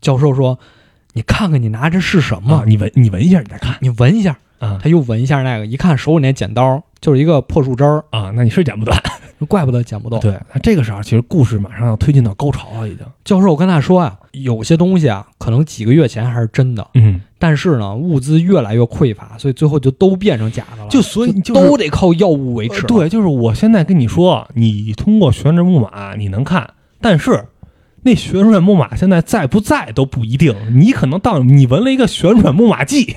A: 教授说：“你看看你拿着是什么，
B: 啊，你闻你闻一下，你再看
A: 你闻一下。”
B: 啊
A: 他又闻一下那个，一看手里那剪刀就是一个破树枝儿，
B: 啊，那你是剪不断。
A: 哦怪不得剪不动。
B: 对，那这个时候其实故事马上要推进到高潮了，已经。
A: 教授跟他说啊，有些东西啊，可能几个月前还是真的，
B: 嗯，
A: 但是呢，物资越来越匮乏，所以最后就都变成假的了，
B: 就所以就是
A: 都得靠药物维
B: 呃
A: 持。，
B: 对，就是我现在跟你说，你通过旋转木马你能看，但是那旋转木马现在在不在都不一定，你可能到你闻了一个旋转木马剂，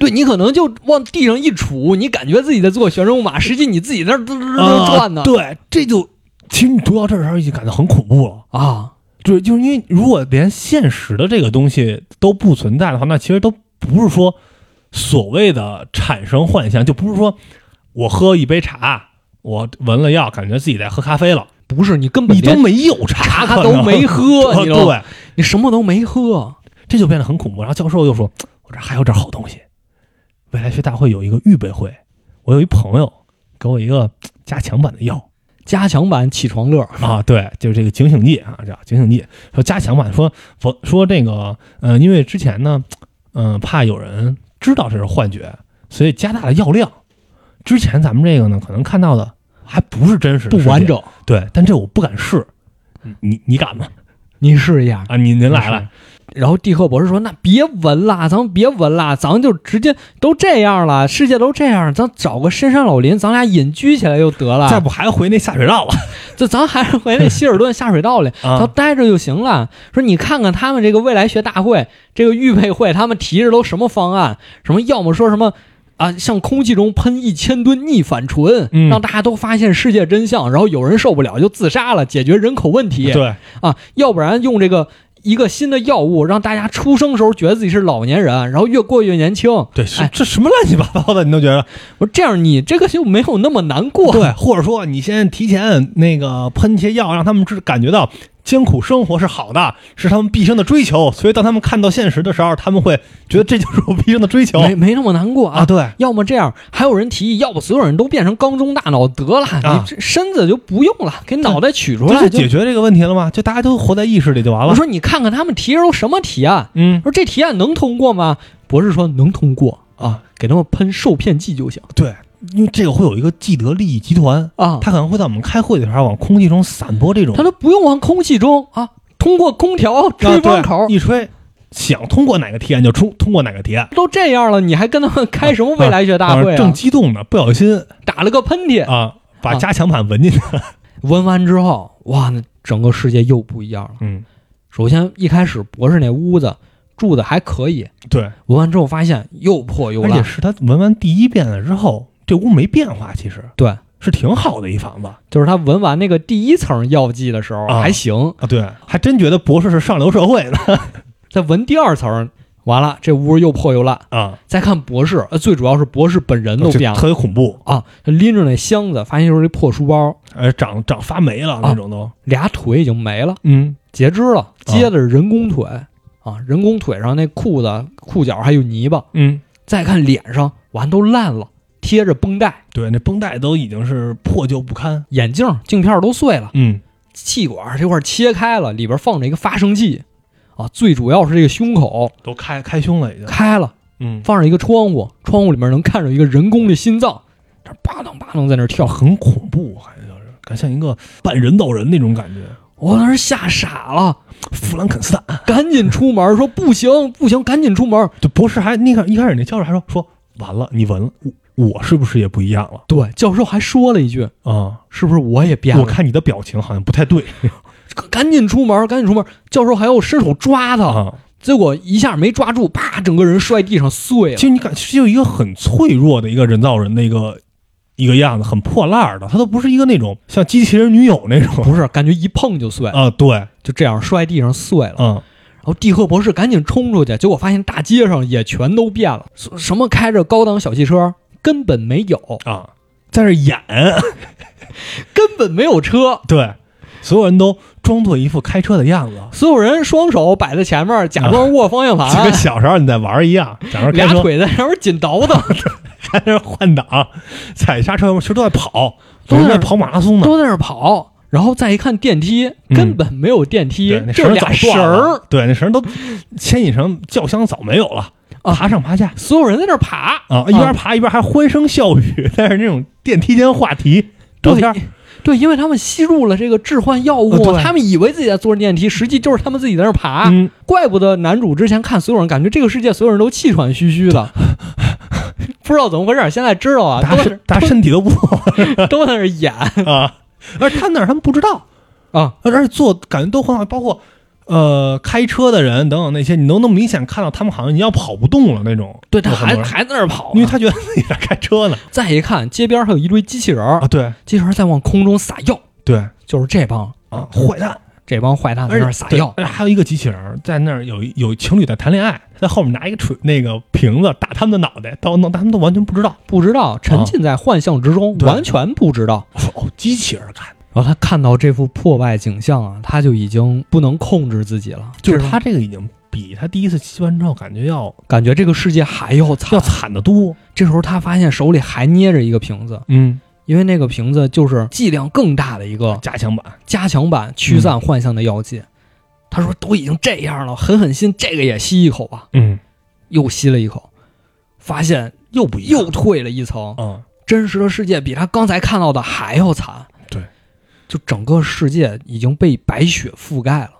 A: 对你可能就往地上一杵，你感觉自己在做旋转木马，实际你自己在那儿嘟嘟嘟嘟转呢
B: 啊。对，这就其实你读到这儿的时候已经感到很恐怖了。
A: 啊，
B: 对，就是因为如果连现实的这个东西都不存在的话，那其实都不是说所谓的产生幻象，就不是说我喝一杯茶，我闻了药，感觉自己在喝咖啡了，
A: 不是你根本
B: 你都
A: 连
B: 没有茶，
A: 茶都 没喝，
B: 可
A: 你知
B: 能
A: 道吗？
B: 对，
A: 你什么都没喝。
B: 这就变得很恐怖。然后教授又说：“我这还有点好东西，未来学大会有一个预备会，我有一朋友给我一个加强版的 药
A: 加强版起床乐，
B: 啊，对，就是这个警醒剂啊，叫警醒剂。说加强版，说我说这个，呃，因为之前呢，嗯、怕有人知道这是幻觉，所以加大了药量。之前咱们这个呢，可能看到的还不是真实的
A: 不
B: 世界
A: 完，整。嗯
B: 对，但这我不敢试。你你敢吗？
A: 你试一下。
B: 啊，您您来了，
A: 然后蒂赫博士说：“那别闻啦，咱们别闻啦，咱们就直接都这样了，世界都这样，咱找个深山老林，咱俩隐居起来就得
B: 再
A: 了。
B: 不还回那下水道了？
A: 这咱还是回那希尔顿下水道里，咱
B: 啊，
A: 待着就行了。说你看看他们这个未来学大会，这个预备会，他们提着都什么方案？什么要么说什么。”啊，向空气中喷一千吨逆反醇，
B: 嗯
A: 让大家都发现世界真相，然后有人受不了就自杀了，解决人口问题。
B: 对，
A: 啊，要不然用这个一个新的药物，让大家出生时候觉得自己是老年人，然后越过越年轻。
B: 对，是
A: 哎
B: 这什么乱七八糟的，你都觉得
A: 我说这样你这个就没有那么难过。
B: 对，或者说你先提前那个喷一些药，让他们知感觉到艰苦生活是好的，是他们毕生的追求，所以当他们看到现实的时候，他们会觉得这就是我毕生的追求
A: 没没那么难过
B: 啊，
A: 啊。
B: 对。
A: 要么这样，还有人提议，要不所有人都变成缸中大脑得了，
B: 啊
A: 你这身子就不用了，给脑袋取出
B: 这
A: 来
B: 就
A: 就
B: 解决这个问题了吗？就大家都活在意识里就完
A: 我
B: 了。
A: 说你看看他们提都什么提案？
B: 嗯
A: 我，说这提案能通过吗？博士说能通过
B: 啊，
A: 给他们喷受骗剂就行
B: 对，因为这个会有一个既得利益集团，
A: 啊。
B: 他可能会在我们开会的时候往空气中散播这种
A: 他都不用往空气中啊，通过空调吹
B: 啊
A: 风
B: 对
A: 口
B: 一吹，想通过哪个提案就出，通过哪个提案。
A: 都这样了，你还跟他们开什么未来学大
B: 当
A: 会啊？
B: 时正激动呢，不小心
A: 打了个喷嚏，
B: 啊，把
A: 啊
B: 加强版闻进去。
A: 闻完之后，哇，那整个世界又不一样了。
B: 嗯，
A: 首先一开始博士那屋子住的还可以，
B: 对，
A: 闻完之后发现又破又
B: 而且
A: 烂，
B: 是他闻完第一遍了之后，这屋没变化，其实
A: 对，啊
B: 是挺好的一房子
A: 就是他闻完那个第一层药剂的时候
B: 啊
A: 还行，
B: 啊。对，还真觉得博士是上流社会的
A: 再闻第二层，完了这屋又破又烂。
B: 啊，
A: 再看博士，呃，最主要是博士本 人都
B: 就
A: 变了
B: 特别恐怖，
A: 啊，他拎着那箱子，发现就是一破书包，
B: 呃，长长发霉
A: 啊
B: 了那种都。
A: 俩腿已经没了。
B: 嗯，
A: 截肢了，接的是人工腿啊，人工腿上那裤子、裤脚还有泥巴。
B: 嗯，
A: 再看脸上，完都烂了，贴着绷带，
B: 对，那绷带都已经是破旧不堪。
A: 眼镜、镜片都碎了，
B: 嗯，
A: 气管这块切开了，里边放着一个发生器啊，最主要是这个胸口
B: 都开开胸了已经。
A: 开了，
B: 嗯，
A: 放着一个窗户，窗户里面能看着一个人工的心脏，这吧嗒吧嗒在那跳。
B: 很恐怖，好像就是，感觉像一个半人造人那种感觉。
A: 我当时吓傻了，
B: 弗兰肯斯坦，
A: 赶紧出门，说不行不行，赶紧出门。
B: 对，博士还那个一开始那教授还说说完了，你闻了，我我是不是也不一样了
A: 对，教授还说了一句
B: 啊、：“
A: 是不是我也变了？”
B: 我看你的表情好像不太对
A: 赶紧出门，赶紧出门！教授还要伸手抓他，
B: 啊。
A: 结果一下没抓住，啪，整个人摔地上碎
B: 其
A: 了。
B: 实你感是有一个很脆弱的一个人造人的一个一个样子，很破烂儿的，他都不是一个那种像机器人女友那种
A: 不是，感觉一碰就碎，
B: 啊。对，
A: 就这样摔地上碎了。
B: 嗯，
A: 啊然后蒂赫博士赶紧冲出去，结果发现大街上也全都变了，什什么开着高档小汽车根本没有，
B: 啊，在这儿演，
A: 根本没有车，
B: 对，所有人都装作一副开车的样子，
A: 所有人双手摆在前面，假装握方向
B: 就
A: 盘
B: 跟，小时候你在玩儿一样，假装开
A: 俩
B: 车。
A: 腿在上面紧倒腾，
B: 在那儿换挡、踩刹车，其实都在跑，
A: 都
B: 有
A: 在
B: 人在跑马拉松呢。
A: 都在那儿跑。然后再一看电梯，
B: 嗯
A: 根本没有电梯
B: 对，那
A: 就
B: 绳
A: 是
B: 儿早
A: 俩绳
B: 断
A: 儿
B: 了，，对，那绳儿都牵引绳轿厢早没有了，
A: 啊
B: 爬上爬下
A: 所有人在那儿爬
B: 啊，一边爬一边还欢声笑语，但是那种电梯间话题聊
A: 对
B: 天儿，
A: 对，因为他们吸入了这个致幻药物，
B: 呃对
A: 他们以为自己在坐着电梯，实际就是他们自己在那儿爬。
B: 嗯，
A: 怪不得男主之前看所有人，感觉这个世界所有人都气喘吁吁 的，不知道怎么回事。现在知道啊，都
B: 大家
A: 是
B: 身大家身 体都不好
A: 都在那儿演
B: 啊，而他那儿他们不知道，
A: 啊，
B: 而且做感觉都很好，包括。呃，开车的人等等那些，你都能明显看到他们好像已经要跑不动了那种。
A: 对他
B: 有很
A: 还还在
B: 多人
A: 那儿跑呢，
B: 因为他觉得自己在开车呢。
A: 再一看街边还有一堆机器人儿
B: 啊，，对
A: 机器人儿在往空中撒药，
B: 对
A: 就是这帮
B: 啊，坏蛋，
A: 这帮坏啊蛋在
B: 而
A: 那
B: 且
A: 儿撒药，
B: 对而且还有一个机器人儿在那儿有一有情侣在谈恋爱，在后面拿一个锤那个瓶子打他们的脑袋，到弄他们都完全不知道。
A: 不知道沉浸在幻象之中，
B: 对
A: 完全不知道。
B: 我说哦，机器人儿干，
A: 然后他看到这幅破败景象啊，他就已经不能控制自己了，
B: 就是
A: 这
B: 他这个已经比他第一次吸完之后感觉要
A: 感觉这个世界还要惨
B: 要。惨得多。
A: 这时候他发现手里还捏着一个瓶子，
B: 嗯，
A: 因为那个瓶子就是剂量更大的一个
B: 加强版
A: 加强版驱散幻象的药剂。他说：“都已经这样了，狠狠心，这个也吸一口吧。
B: 嗯”
A: 又吸了一口，发现
B: 又不一样
A: 又退了一层，
B: 嗯，
A: 真实的世界比他刚才看到的还要惨。
B: 对，
A: 就整个世界已经被白雪覆盖了，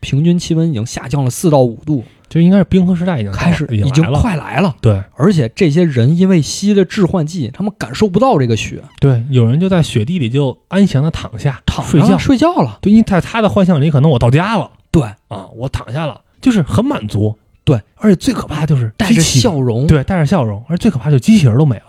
A: 平均气温已经下降了四到五度，
B: 就应该是冰河时代已经
A: 开始
B: 已
A: 已
B: 经
A: 经
B: 嗯来了。
A: 快来了。
B: 对
A: 而且这些人因为吸了致幻剂，他们感受不到这个雪，
B: 对，有人就在雪地里就安详的躺下
A: 躺
B: 睡
A: 着
B: 觉。
A: 睡觉了。
B: 对，因为在他的幻象里，可能我到家了
A: 对，
B: 啊，我躺下了，就是很满足。
A: 对，
B: 而且最可怕的就是
A: 带着
B: 机器人
A: 笑容，
B: 对，带着笑容。而最可怕就是机器人都没了，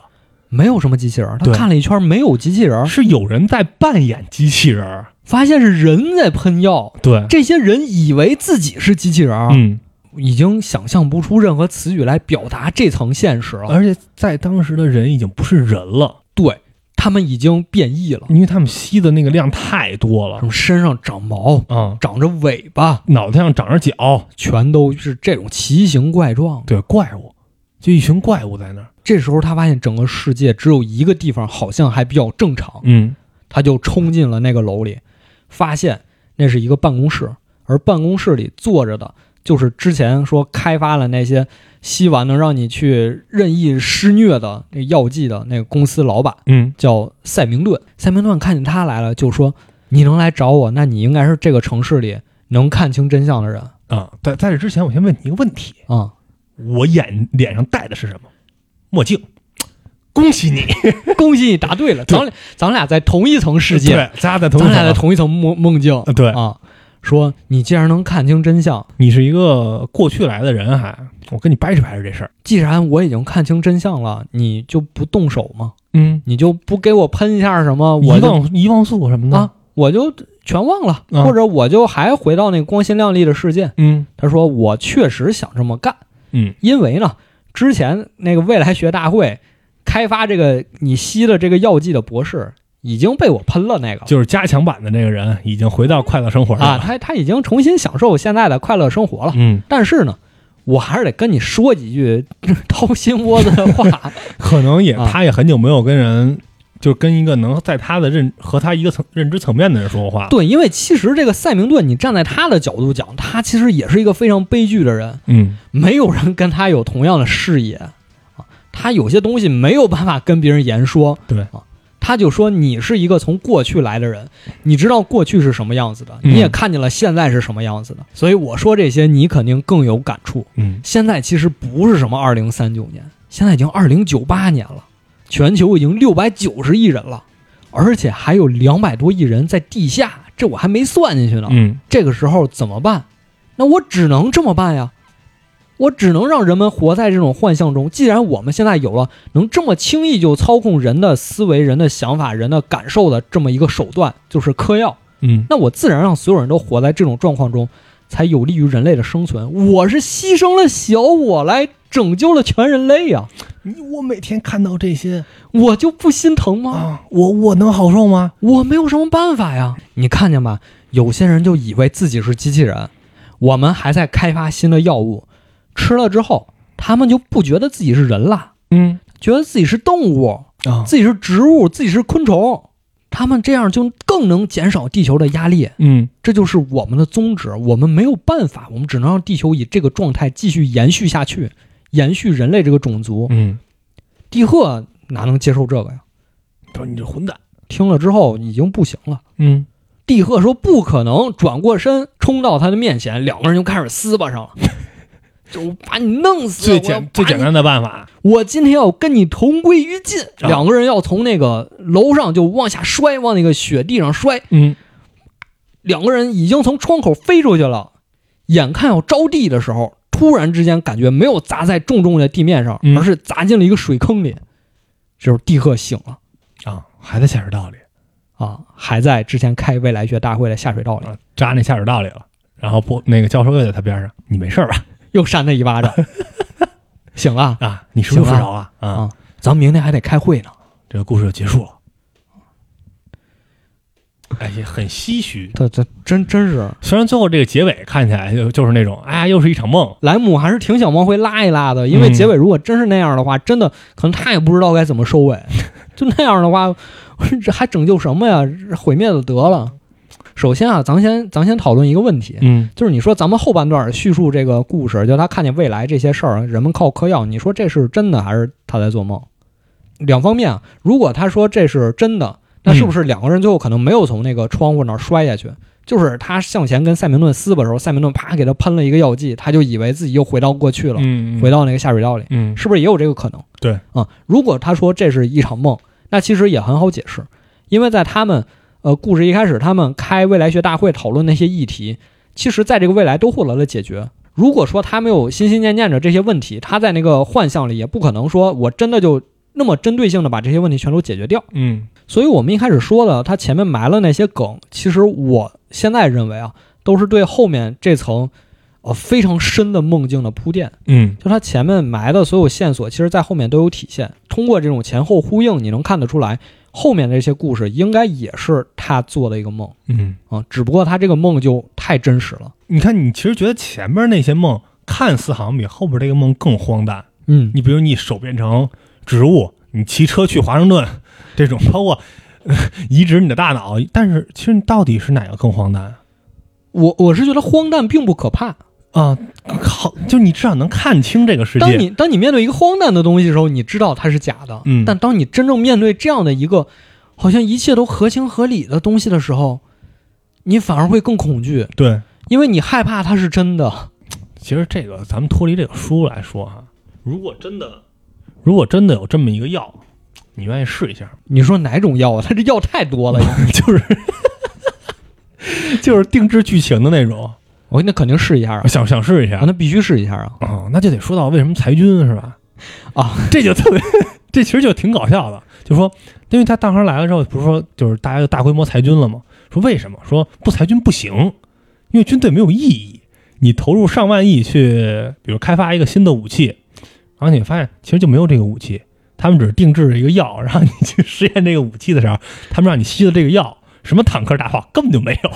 A: 没有什么机器人儿。他
B: 对
A: 看了一圈，没有机器人儿，
B: 是有人在扮演机器人儿，
A: 发现是人在喷药，
B: 对，
A: 这些人以为自己是机器人儿，
B: 嗯，
A: 已经想象不出任何词语来表达这层现实了。
B: 而且在当时的人已经不是人了，
A: 对他们已经变异了，
B: 因为他们吸的那个量太多了
A: 什么身上长毛、
B: 啊、
A: 长着尾巴，
B: 脑袋上长着角，
A: 全都是这种奇形怪状的。
B: 对，怪物，就一群怪物在那儿，
A: 这时候他发现整个世界只有一个地方好像还比较正常，
B: 嗯
A: 他就冲进了那个楼里，发现那是一个办公室，而办公室里坐着的就是之前说开发了那些吸完能让你去任意施虐的那药剂的那个公司老板，
B: 嗯
A: 叫塞明顿。塞明顿看见他来了，就说：“你能来找我，那你应该是这个城市里能看清真相的人
B: 啊，在在这之前，我先问你一个问题，
A: 啊。
B: 我眼脸上戴的是什么？墨镜。恭喜你，
A: 恭喜你答对了，
B: 对
A: 咱俩咱俩在同一层世界，
B: 对，咱俩在同一
A: 咱
B: 层
A: 俩在
B: 啊
A: 同一层梦梦境
B: 啊对，
A: 啊。说你既然能看清真相，
B: 你是一个过去来的人还，我跟你掰扯掰扯这事儿。
A: 既然我已经看清真相了，你就不动手吗？
B: 嗯，
A: 你就不给我喷一下什么，我
B: 遗
A: 就
B: 忘遗忘素什么的
A: 啊，我就全忘了，
B: 啊
A: 或者我就还回到那个光鲜亮丽的世界。
B: 嗯
A: 他说我确实想这么干，
B: 嗯
A: 因为呢，之前那个未来学大会开发这个你吸的这个药剂的博士已经被我喷了那个
B: 就是加强版的那个人已经回到快乐生活
A: 啊，
B: 了。
A: 他他已经重新享受现在的快乐生活了。
B: 嗯，
A: 但是呢，我还是得跟你说几句 掏心窝子的 话。
B: 可能也
A: 啊
B: 他也很久没有跟人，就跟一个能在他的认和他一个层认知层面的人说过话。
A: 对，因为其实这个塞明顿，你站在他的角度讲，他其实也是一个非常悲剧的人，
B: 嗯，
A: 没有人跟他有同样的视野啊。他有些东西没有办法跟别人言说，
B: 对
A: 啊，他就说你是一个从过去来的人，你知道过去是什么样子的，
B: 嗯
A: 你也看见了现在是什么样子的，所以我说这些你肯定更有感触。
B: 嗯，
A: 现在其实不是什么二零三九年，现在已经二零九八年了，全球已经六百九十亿人了，而且还有两百多亿人在地下，这我还没算进去呢。
B: 嗯，
A: 这个时候怎么办？那我只能这么办呀，我只能让人们活在这种幻象中。既然我们现在有了能这么轻易就操控人的思维、人的想法、人的感受的这么一个手段，就是嗑药，
B: 嗯，
A: 那我自然让所有人都活在这种状况中，才有利于人类的生存。我是牺牲了小我来拯救了全人类呀、
B: 你我每天看到这些
A: 我就不心疼吗？
B: 啊，我我能好受吗？
A: 我没有什么办法呀。你看见吧，有些人就以为自己是机器人，我们还在开发新的药物，吃了之后，他们就不觉得自己是人了，
B: 嗯
A: 觉得自己是动物，
B: 啊，
A: 自己是植物，自己是昆虫。他们这样就更能减少地球的压力，
B: 嗯
A: 这就是我们的宗旨。我们没有办法，我们只能让地球以这个状态继续延续下去，延续人类这个种族。
B: 嗯，
A: 地赫哪能接受这个呀？
B: 他说你这混蛋。
A: 听了之后已经不行了。
B: 嗯
A: 地赫说不可能，转过身冲到他的面前，两个人就开始撕巴上了。就我把你弄死，
B: 最简
A: 我要把
B: 最简
A: 你，
B: 单啊的办法，
A: 我今天要跟你同归于尽。两个人要从那个楼上就往下摔，往那个雪地上摔。
B: 嗯
A: 两个人已经从窗口飞出去了，眼看要着地的时候，突然之间感觉没有砸在重重的地面上，
B: 嗯
A: 而是砸进了一个水坑里。这时候地赫醒了
B: 啊，还在下水道里
A: 啊，还在之前开未来学大会的下水道里。
B: 啊，扎那下水道里了。然后不，那个教授又在他边上，你没事儿吧？
A: 又扇他一巴 掌。醒了，
B: 啊，你是不是
A: 行嗯
B: 睡
A: 了
B: 着了啊？
A: 咱们明天还得开会呢。
B: 这个故事就结束了。哎呀，很唏嘘。
A: 他他真真是
B: 虽然最后这个结尾看起来就就是那种，哎呀，又是一场梦。
A: 莱姆还是挺想往回拉一拉的，因为
B: 嗯
A: 结尾如果真是那样的话，真的可能他也不知道该怎么收尾。嗯 就那样的话，这还拯救什么呀？毁灭了得了。首先啊，咱先咱先讨论一个问题，
B: 嗯
A: 就是你说咱们后半段叙述这个故事，就他看见未来这些事儿，人们靠嗑药，你说这是真的还是他在做梦？两方面啊，如果他说这是真的，那是不
B: 嗯
A: 是两个人最后可能没有从那个窗户那儿摔下去？就是他向前跟塞明顿撕巴的时候，塞明顿啪给他喷了一个药剂，他就以为自己又回到过去了，
B: 嗯
A: 回到那个下水道里，
B: 嗯
A: 是不是也有这个可能？
B: 对
A: 啊、如果他说这是一场梦，那其实也很好解释，因为在他们呃故事一开始，他们开未来学大会讨论那些议题，其实在这个未来都获得了解决。如果说他没有心心念念着这些问题，他在那个幻象里也不可能说我真的就那么针对性的把这些问题全都解决掉。
B: 嗯
A: 所以我们一开始说的，它前面埋了那些梗，其实我现在认为啊，都是对后面这层呃非常深的梦境的铺垫。
B: 嗯
A: 就它前面埋的所有线索，其实在后面都有体现。通过这种前后呼应，你能看得出来，后面这些故事应该也是他做的一个梦
B: 嗯，
A: 啊，只不过他这个梦就太真实了。
B: 你看，你其实觉得前面那些梦看似好像比后边这个梦更荒诞。
A: 嗯，
B: 你比如你手变成植物，你骑车去华盛顿这种，包括、 呃移植你的大脑，但是其实你到底是哪个更荒诞啊
A: 我我是觉得荒诞并不可怕。
B: 啊？好，就你至少能看清这个世
A: 当
B: 界。
A: 你当你面对一个荒诞的东西的时候，你知道它是假的。
B: 嗯
A: 但当你真正面对这样的一个好像一切都合情合理的东西的时候，你反而会更恐惧，
B: 对，
A: 因为你害怕它是真的。
B: 其实这个咱们脱离这个书来说哈、如果真的，如果真的有这么一个药，你愿意试一下吗？
A: 你说哪种药啊？它这药太多了，
B: 就是就是定制剧情的那种，
A: 我那肯定试一下啊，
B: 想想试一下
A: 啊那必须试一下啊。
B: 哦，那就得说到为什么裁军是吧？
A: 啊，
B: 这就特别，这其实就挺搞笑的。就说，因为他当时来了之后，不是说就是大家就大规模裁军了吗？说为什么？说不裁军不行，因为军队没有意义。你投入上万亿去，比如开发一个新的武器，然后你发现其实就没有这个武器，他们只是定制了一个药，然后你去实验这个武器的时候，他们让你吸的这个药，什么坦克大炮根本就没有，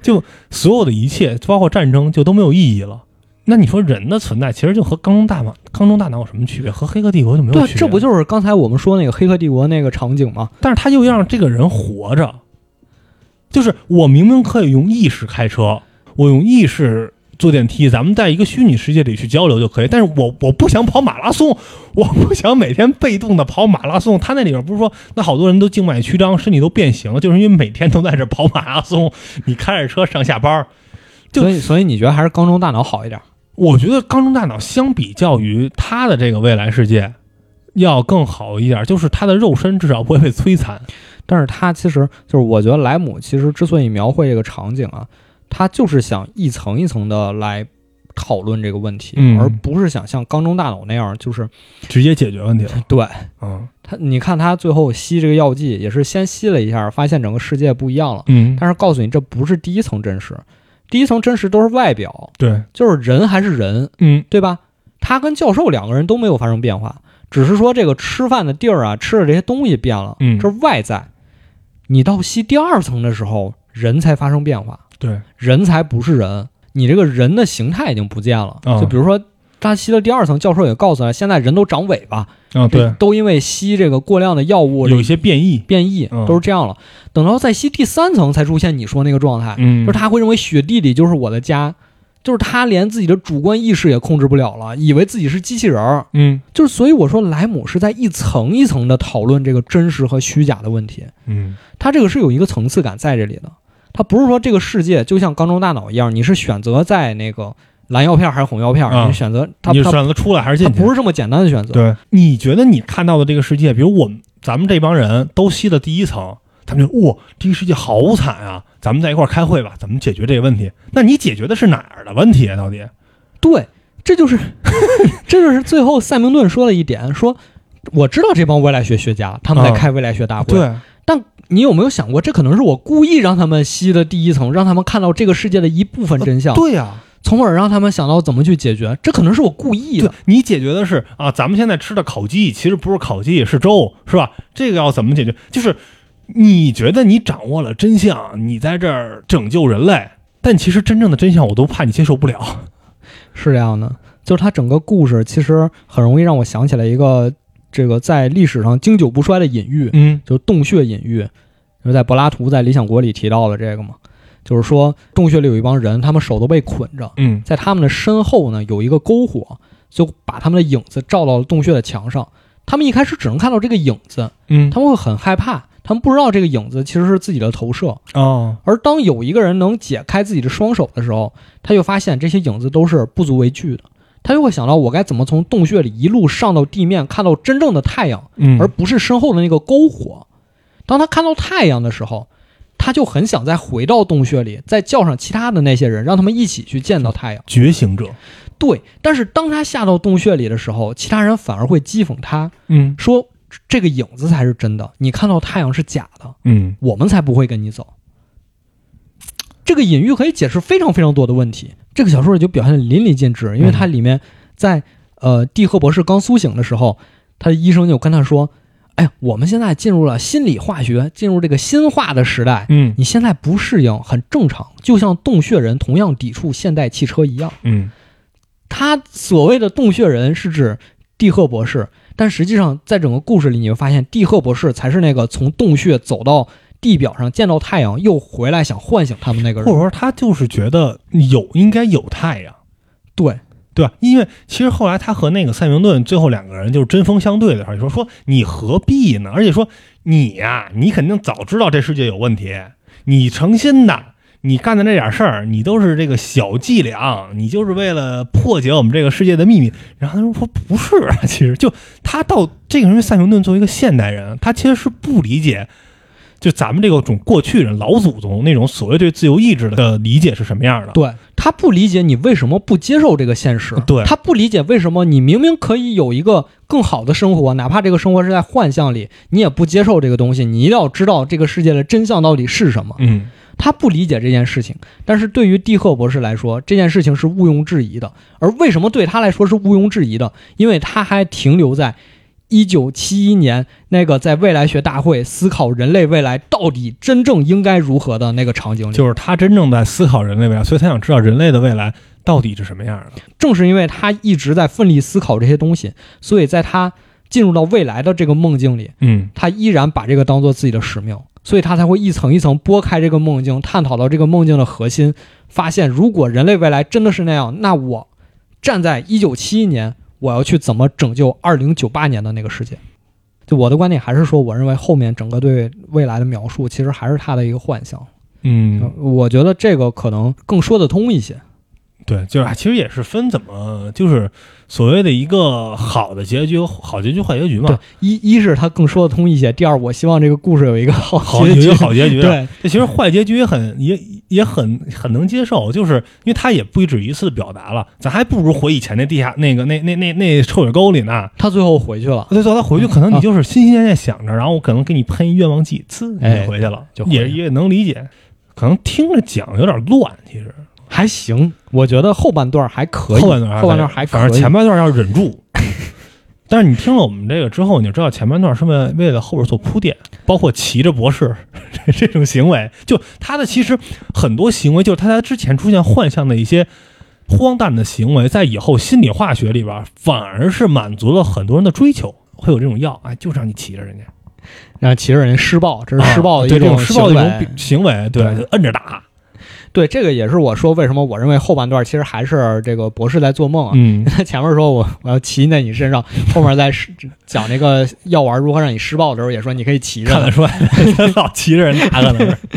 B: 就所有的一切，包括战争，就都没有意义了。那你说人的存在其实就和缸中大脑、缸中大脑有什么区别？和黑客帝国就没有
A: 对啊
B: 区，别。
A: 这不就是刚才我们说那个《黑客帝国》那个场景吗？
B: 但是他又让这个人活着，就是我明明可以用意识开车，我用意识坐电梯，咱们在一个虚拟世界里去交流就可以。但是我我不想跑马拉松， 我不想每天被动的跑马拉松。他那里面不是说，那好多人都静脉曲张，身体都变形了，就是因为每天都在这跑马拉松， 你开着车上下班儿。就
A: 所以所以你觉得还是缸中大脑好一点？
B: 我觉得缸中大脑相比较于他的这个未来世界。要更好一点，就是他的肉身至少不会被摧残。
A: 但是他其实就是，我觉得莱姆其实之所以描绘这个场景啊，他就是想一层一层的来讨论这个问题，
B: 嗯
A: 而不是想像缸中大脑那样，就是
B: 直接解决问题 了。
A: 对
B: 嗯
A: 他，你看他最后吸这个药剂，也是先吸了一下，发现整个世界不一样了，
B: 嗯，
A: 但是告诉你这不是第一层真实，第一层真实都是外表，
B: 对，
A: 就是人还是人，
B: 嗯
A: 对吧？他跟教授两个人都没有发生变化，只是说这个吃饭的地儿啊，吃的这些东西变了，
B: 嗯
A: 这是外在。你到吸第二层的时候，人才发生变化，
B: 对，
A: 人才不是人，你这个人的形态已经不见了。
B: 啊
A: 就比如说，他吸了第二层，教授也告诉他，现在人都长尾巴，
B: 啊
A: 这，都因为吸这个过量的药物
B: 有一些变异，
A: 变异，
B: 嗯
A: 都是这样了。等到再吸第三层，才出现你说那个状态，
B: 嗯
A: 就是他会认为雪地里就是我的家，就是他连自己的主观意识也控制不了了，以为自己是机器人儿。
B: 嗯
A: 就是所以我说，莱姆是在一层一层的讨论这个真实和虚假的问题，
B: 嗯
A: 他这个是有一个层次感在这里的。他不是说这个世界就像缸中大脑一样，你是选择在那个蓝药片还是红药片，
B: 啊
A: 你选择他
B: 你
A: 他
B: 选择出来还是
A: 他
B: 进去？
A: 不是这么简单的选择。
B: 对，你觉得你看到的这个世界，比如我们咱们这帮人都吸了第一层，他们就哇，这个世界好惨啊！咱们在一块儿开会吧，怎么解决这个问题？那你解决的是哪儿的问题啊？到底？
A: 对，这就是这就是最后塞明顿说的一点，说我知道这帮未来学学家他们在
B: 啊
A: 开未来学大会，
B: 对，
A: 你有没有想过，这可能是我故意让他们吸的第一层，让他们看到这个世界的一部分真相，
B: 对啊呀，
A: 从而让他们想到怎么去解决。这可能是我故意
B: 对
A: 的。
B: 你解决的是啊，咱们现在吃的烤鸡其实不是烤鸡，是粥，是吧？这个要怎么解决？就是你觉得你掌握了真相，你在这儿拯救人类，但其实真正的真相我都怕你接受不了。
A: 是这样的，就是它整个故事其实很容易让我想起来一个这个在历史上经久不衰的隐喻，
B: 嗯
A: 就是洞穴隐喻，就是在柏拉图在《理想国》里提到的这个嘛，就是说洞穴里有一帮人，他们手都被捆着，
B: 嗯
A: 在他们的身后呢有一个篝火，就把他们的影子照到了洞穴的墙上。他们一开始只能看到这个影子，
B: 嗯，
A: 他们会很害怕，他们不知道这个影子其实是自己的投射。
B: 哦，
A: 而当有一个人能解开自己的双手的时候，他就发现这些影子都是不足为惧的。他就会想到我该怎么从洞穴里一路上到地面，看到真正的太阳，
B: 嗯
A: 而不是身后的那个篝火。当他看到太阳的时候，他就很想再回到洞穴里，再叫上其他的那些人，让他们一起去见到太阳。
B: 觉醒者，
A: 对，但是当他下到洞穴里的时候，其他人反而会讥讽他，
B: 嗯
A: 说这个影子才是真的，你看到太阳是假的，
B: 嗯
A: 我们才不会跟你走。这个隐喻可以解释非常非常多的问题。这个小说也就表现的淋漓尽致，因为它里面在呃蒂赫博士刚苏醒的时候，他的医生就跟他说：“哎呀，我们现在进入了心理化学，进入这个新化的时代，
B: 嗯
A: 你现在不适应很正常，就像洞穴人同样抵触现代汽车一样。”
B: 嗯
A: 他所谓的洞穴人是指蒂赫博士，但实际上在整个故事里，你会发现蒂赫博士才是那个从洞穴走到地表上见到太阳又回来想唤醒他们那个
B: 或者
A: 人。
B: 说他就是觉得有应该有太阳，
A: 对，
B: 对吧？因为其实后来他和那个塞明顿最后两个人就是针锋相对的时候，你说说你何必呢？而且说你呀、你肯定早知道这世界有问题，你成心的。你干的那点事儿，你都是这个小伎俩，你就是为了破解我们这个世界的秘密。然后他说说不是啊，其实就他到这个人塞明顿作为一个现代人，他其实是不理解，就咱们这个种过去人老祖宗那种所谓对自由意志的理解是什么样的。
A: 对他不理解你为什么不接受这个现实，
B: 对
A: 他不理解为什么你明明可以有一个更好的生活，哪怕这个生活是在幻象里，你也不接受这个东西，你一定要知道这个世界的真相到底是什么。
B: 嗯
A: 他不理解这件事情，但是对于蒂赫博士来说，这件事情是毋庸置疑的。而为什么对他来说是毋庸置疑的？因为他还停留在一九七一年那个在未来学大会思考人类未来到底真正应该如何的那个场景里。
B: 就是他真正在思考人类未来，所以他想知道人类的未来到底是什么样的。
A: 正是因为他一直在奋力思考这些东西，所以在他进入到未来的这个梦境里，
B: 嗯
A: 他依然把这个当做自己的使命，所以他才会一层一层剥开这个梦境，探讨到这个梦境的核心，发现如果人类未来真的是那样，那我站在一九七一年，我要去怎么拯救二零九八年的那个世界？就我的观点还是说，我认为后面整个对未来的描述其实还是他的一个幻想，
B: 嗯，
A: 我觉得这个可能更说得通一些。
B: 对，就是其实也是分怎么，就是所谓的一个好的结局、好结局、坏结局
A: 对
B: 嘛。，
A: 一一是他更说得通一些，第二我希望这个故事有一个好
B: 好
A: 结
B: 有一
A: 局。
B: 个好结局，啊
A: 对，
B: 这其实坏结局也很也也很很能接受，就是因为他也不止一次表达了，咱还不如回以前那地下那个那那那那臭水沟里呢。
A: 他最后回去了。
B: 所以到他回去，可能你就是心心念念想着，然后我可能给你喷一愿望剂，呲，你
A: 哎
B: 就回去了，
A: 就回去
B: 也
A: 了
B: 也能理解。可能听着讲有点乱，其实
A: 还行，我觉得后半段还可以，
B: 后半段
A: 后半段还可以，
B: 反正前半段要忍住。 但是你听了我们这个之后，你就知道前半段是为为了后边做铺垫，包括骑着博士 这这种行为，就他的其实很多行为，就是他在之前出现幻象的一些荒诞的行为，在以后心理化学里边反而是满足了很多人的追求，会有这种药，哎，就让你骑着人家，
A: 让骑士人施暴，这是施暴的
B: 啊对
A: 一
B: 这种施暴
A: 行
B: 的一
A: 为
B: 种行为，对，
A: 对
B: 就摁着打，
A: 对，这个也是我说为什么我认为后半段其实还是这个博士在做梦啊。
B: 嗯，
A: 他 前面说我我要骑在你身 上，后面在施讲那个药丸如何让你施暴的时候，也说你可以骑
B: 看
A: 着
B: 得。出来，老骑着人打可能是。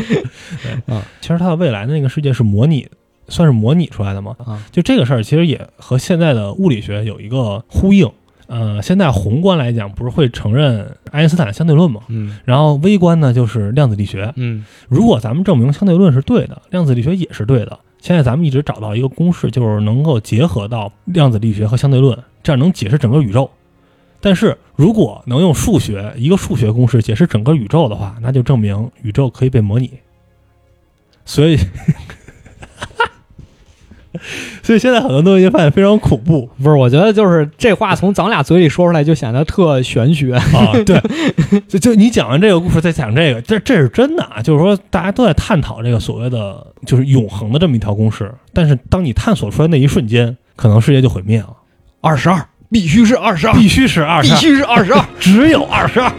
B: 对
A: 嗯，
B: 其实他的未来的那个世界是模拟，算是模拟出来的嘛。
A: 啊，
B: 就这个事儿，其实也和现在的物理学有一个呼应。呃，现在宏观来讲，不是会承认爱因斯坦的相对论嘛？
A: 嗯
B: 然后微观呢，就是量子力学。
A: 嗯，
B: 如果咱们证明相对论是对的，量子力学也是对的。现在咱们一直找到一个公式，就是能够结合到量子力学和相对论，这样能解释整个宇宙。但是如果能用数学一个数学公式解释整个宇宙的话，那就证明宇宙可以被模拟。所以， 所以现在很多东西就发现非常恐怖
A: 不是，我觉得就是这话从咱俩嘴里说出来就显得特玄学。
B: 啊！对，就就你讲完这个故事再讲这个，这这是真的啊！就是说大家都在探讨这个所谓的就是永恒的这么一条公式，但是当你探索出来那一瞬间，可能世界就毁灭了。
A: 二十二必须是二十二，
B: 必须是二
A: 必
B: 十二，
A: 须是二十二。
B: 只有二十二。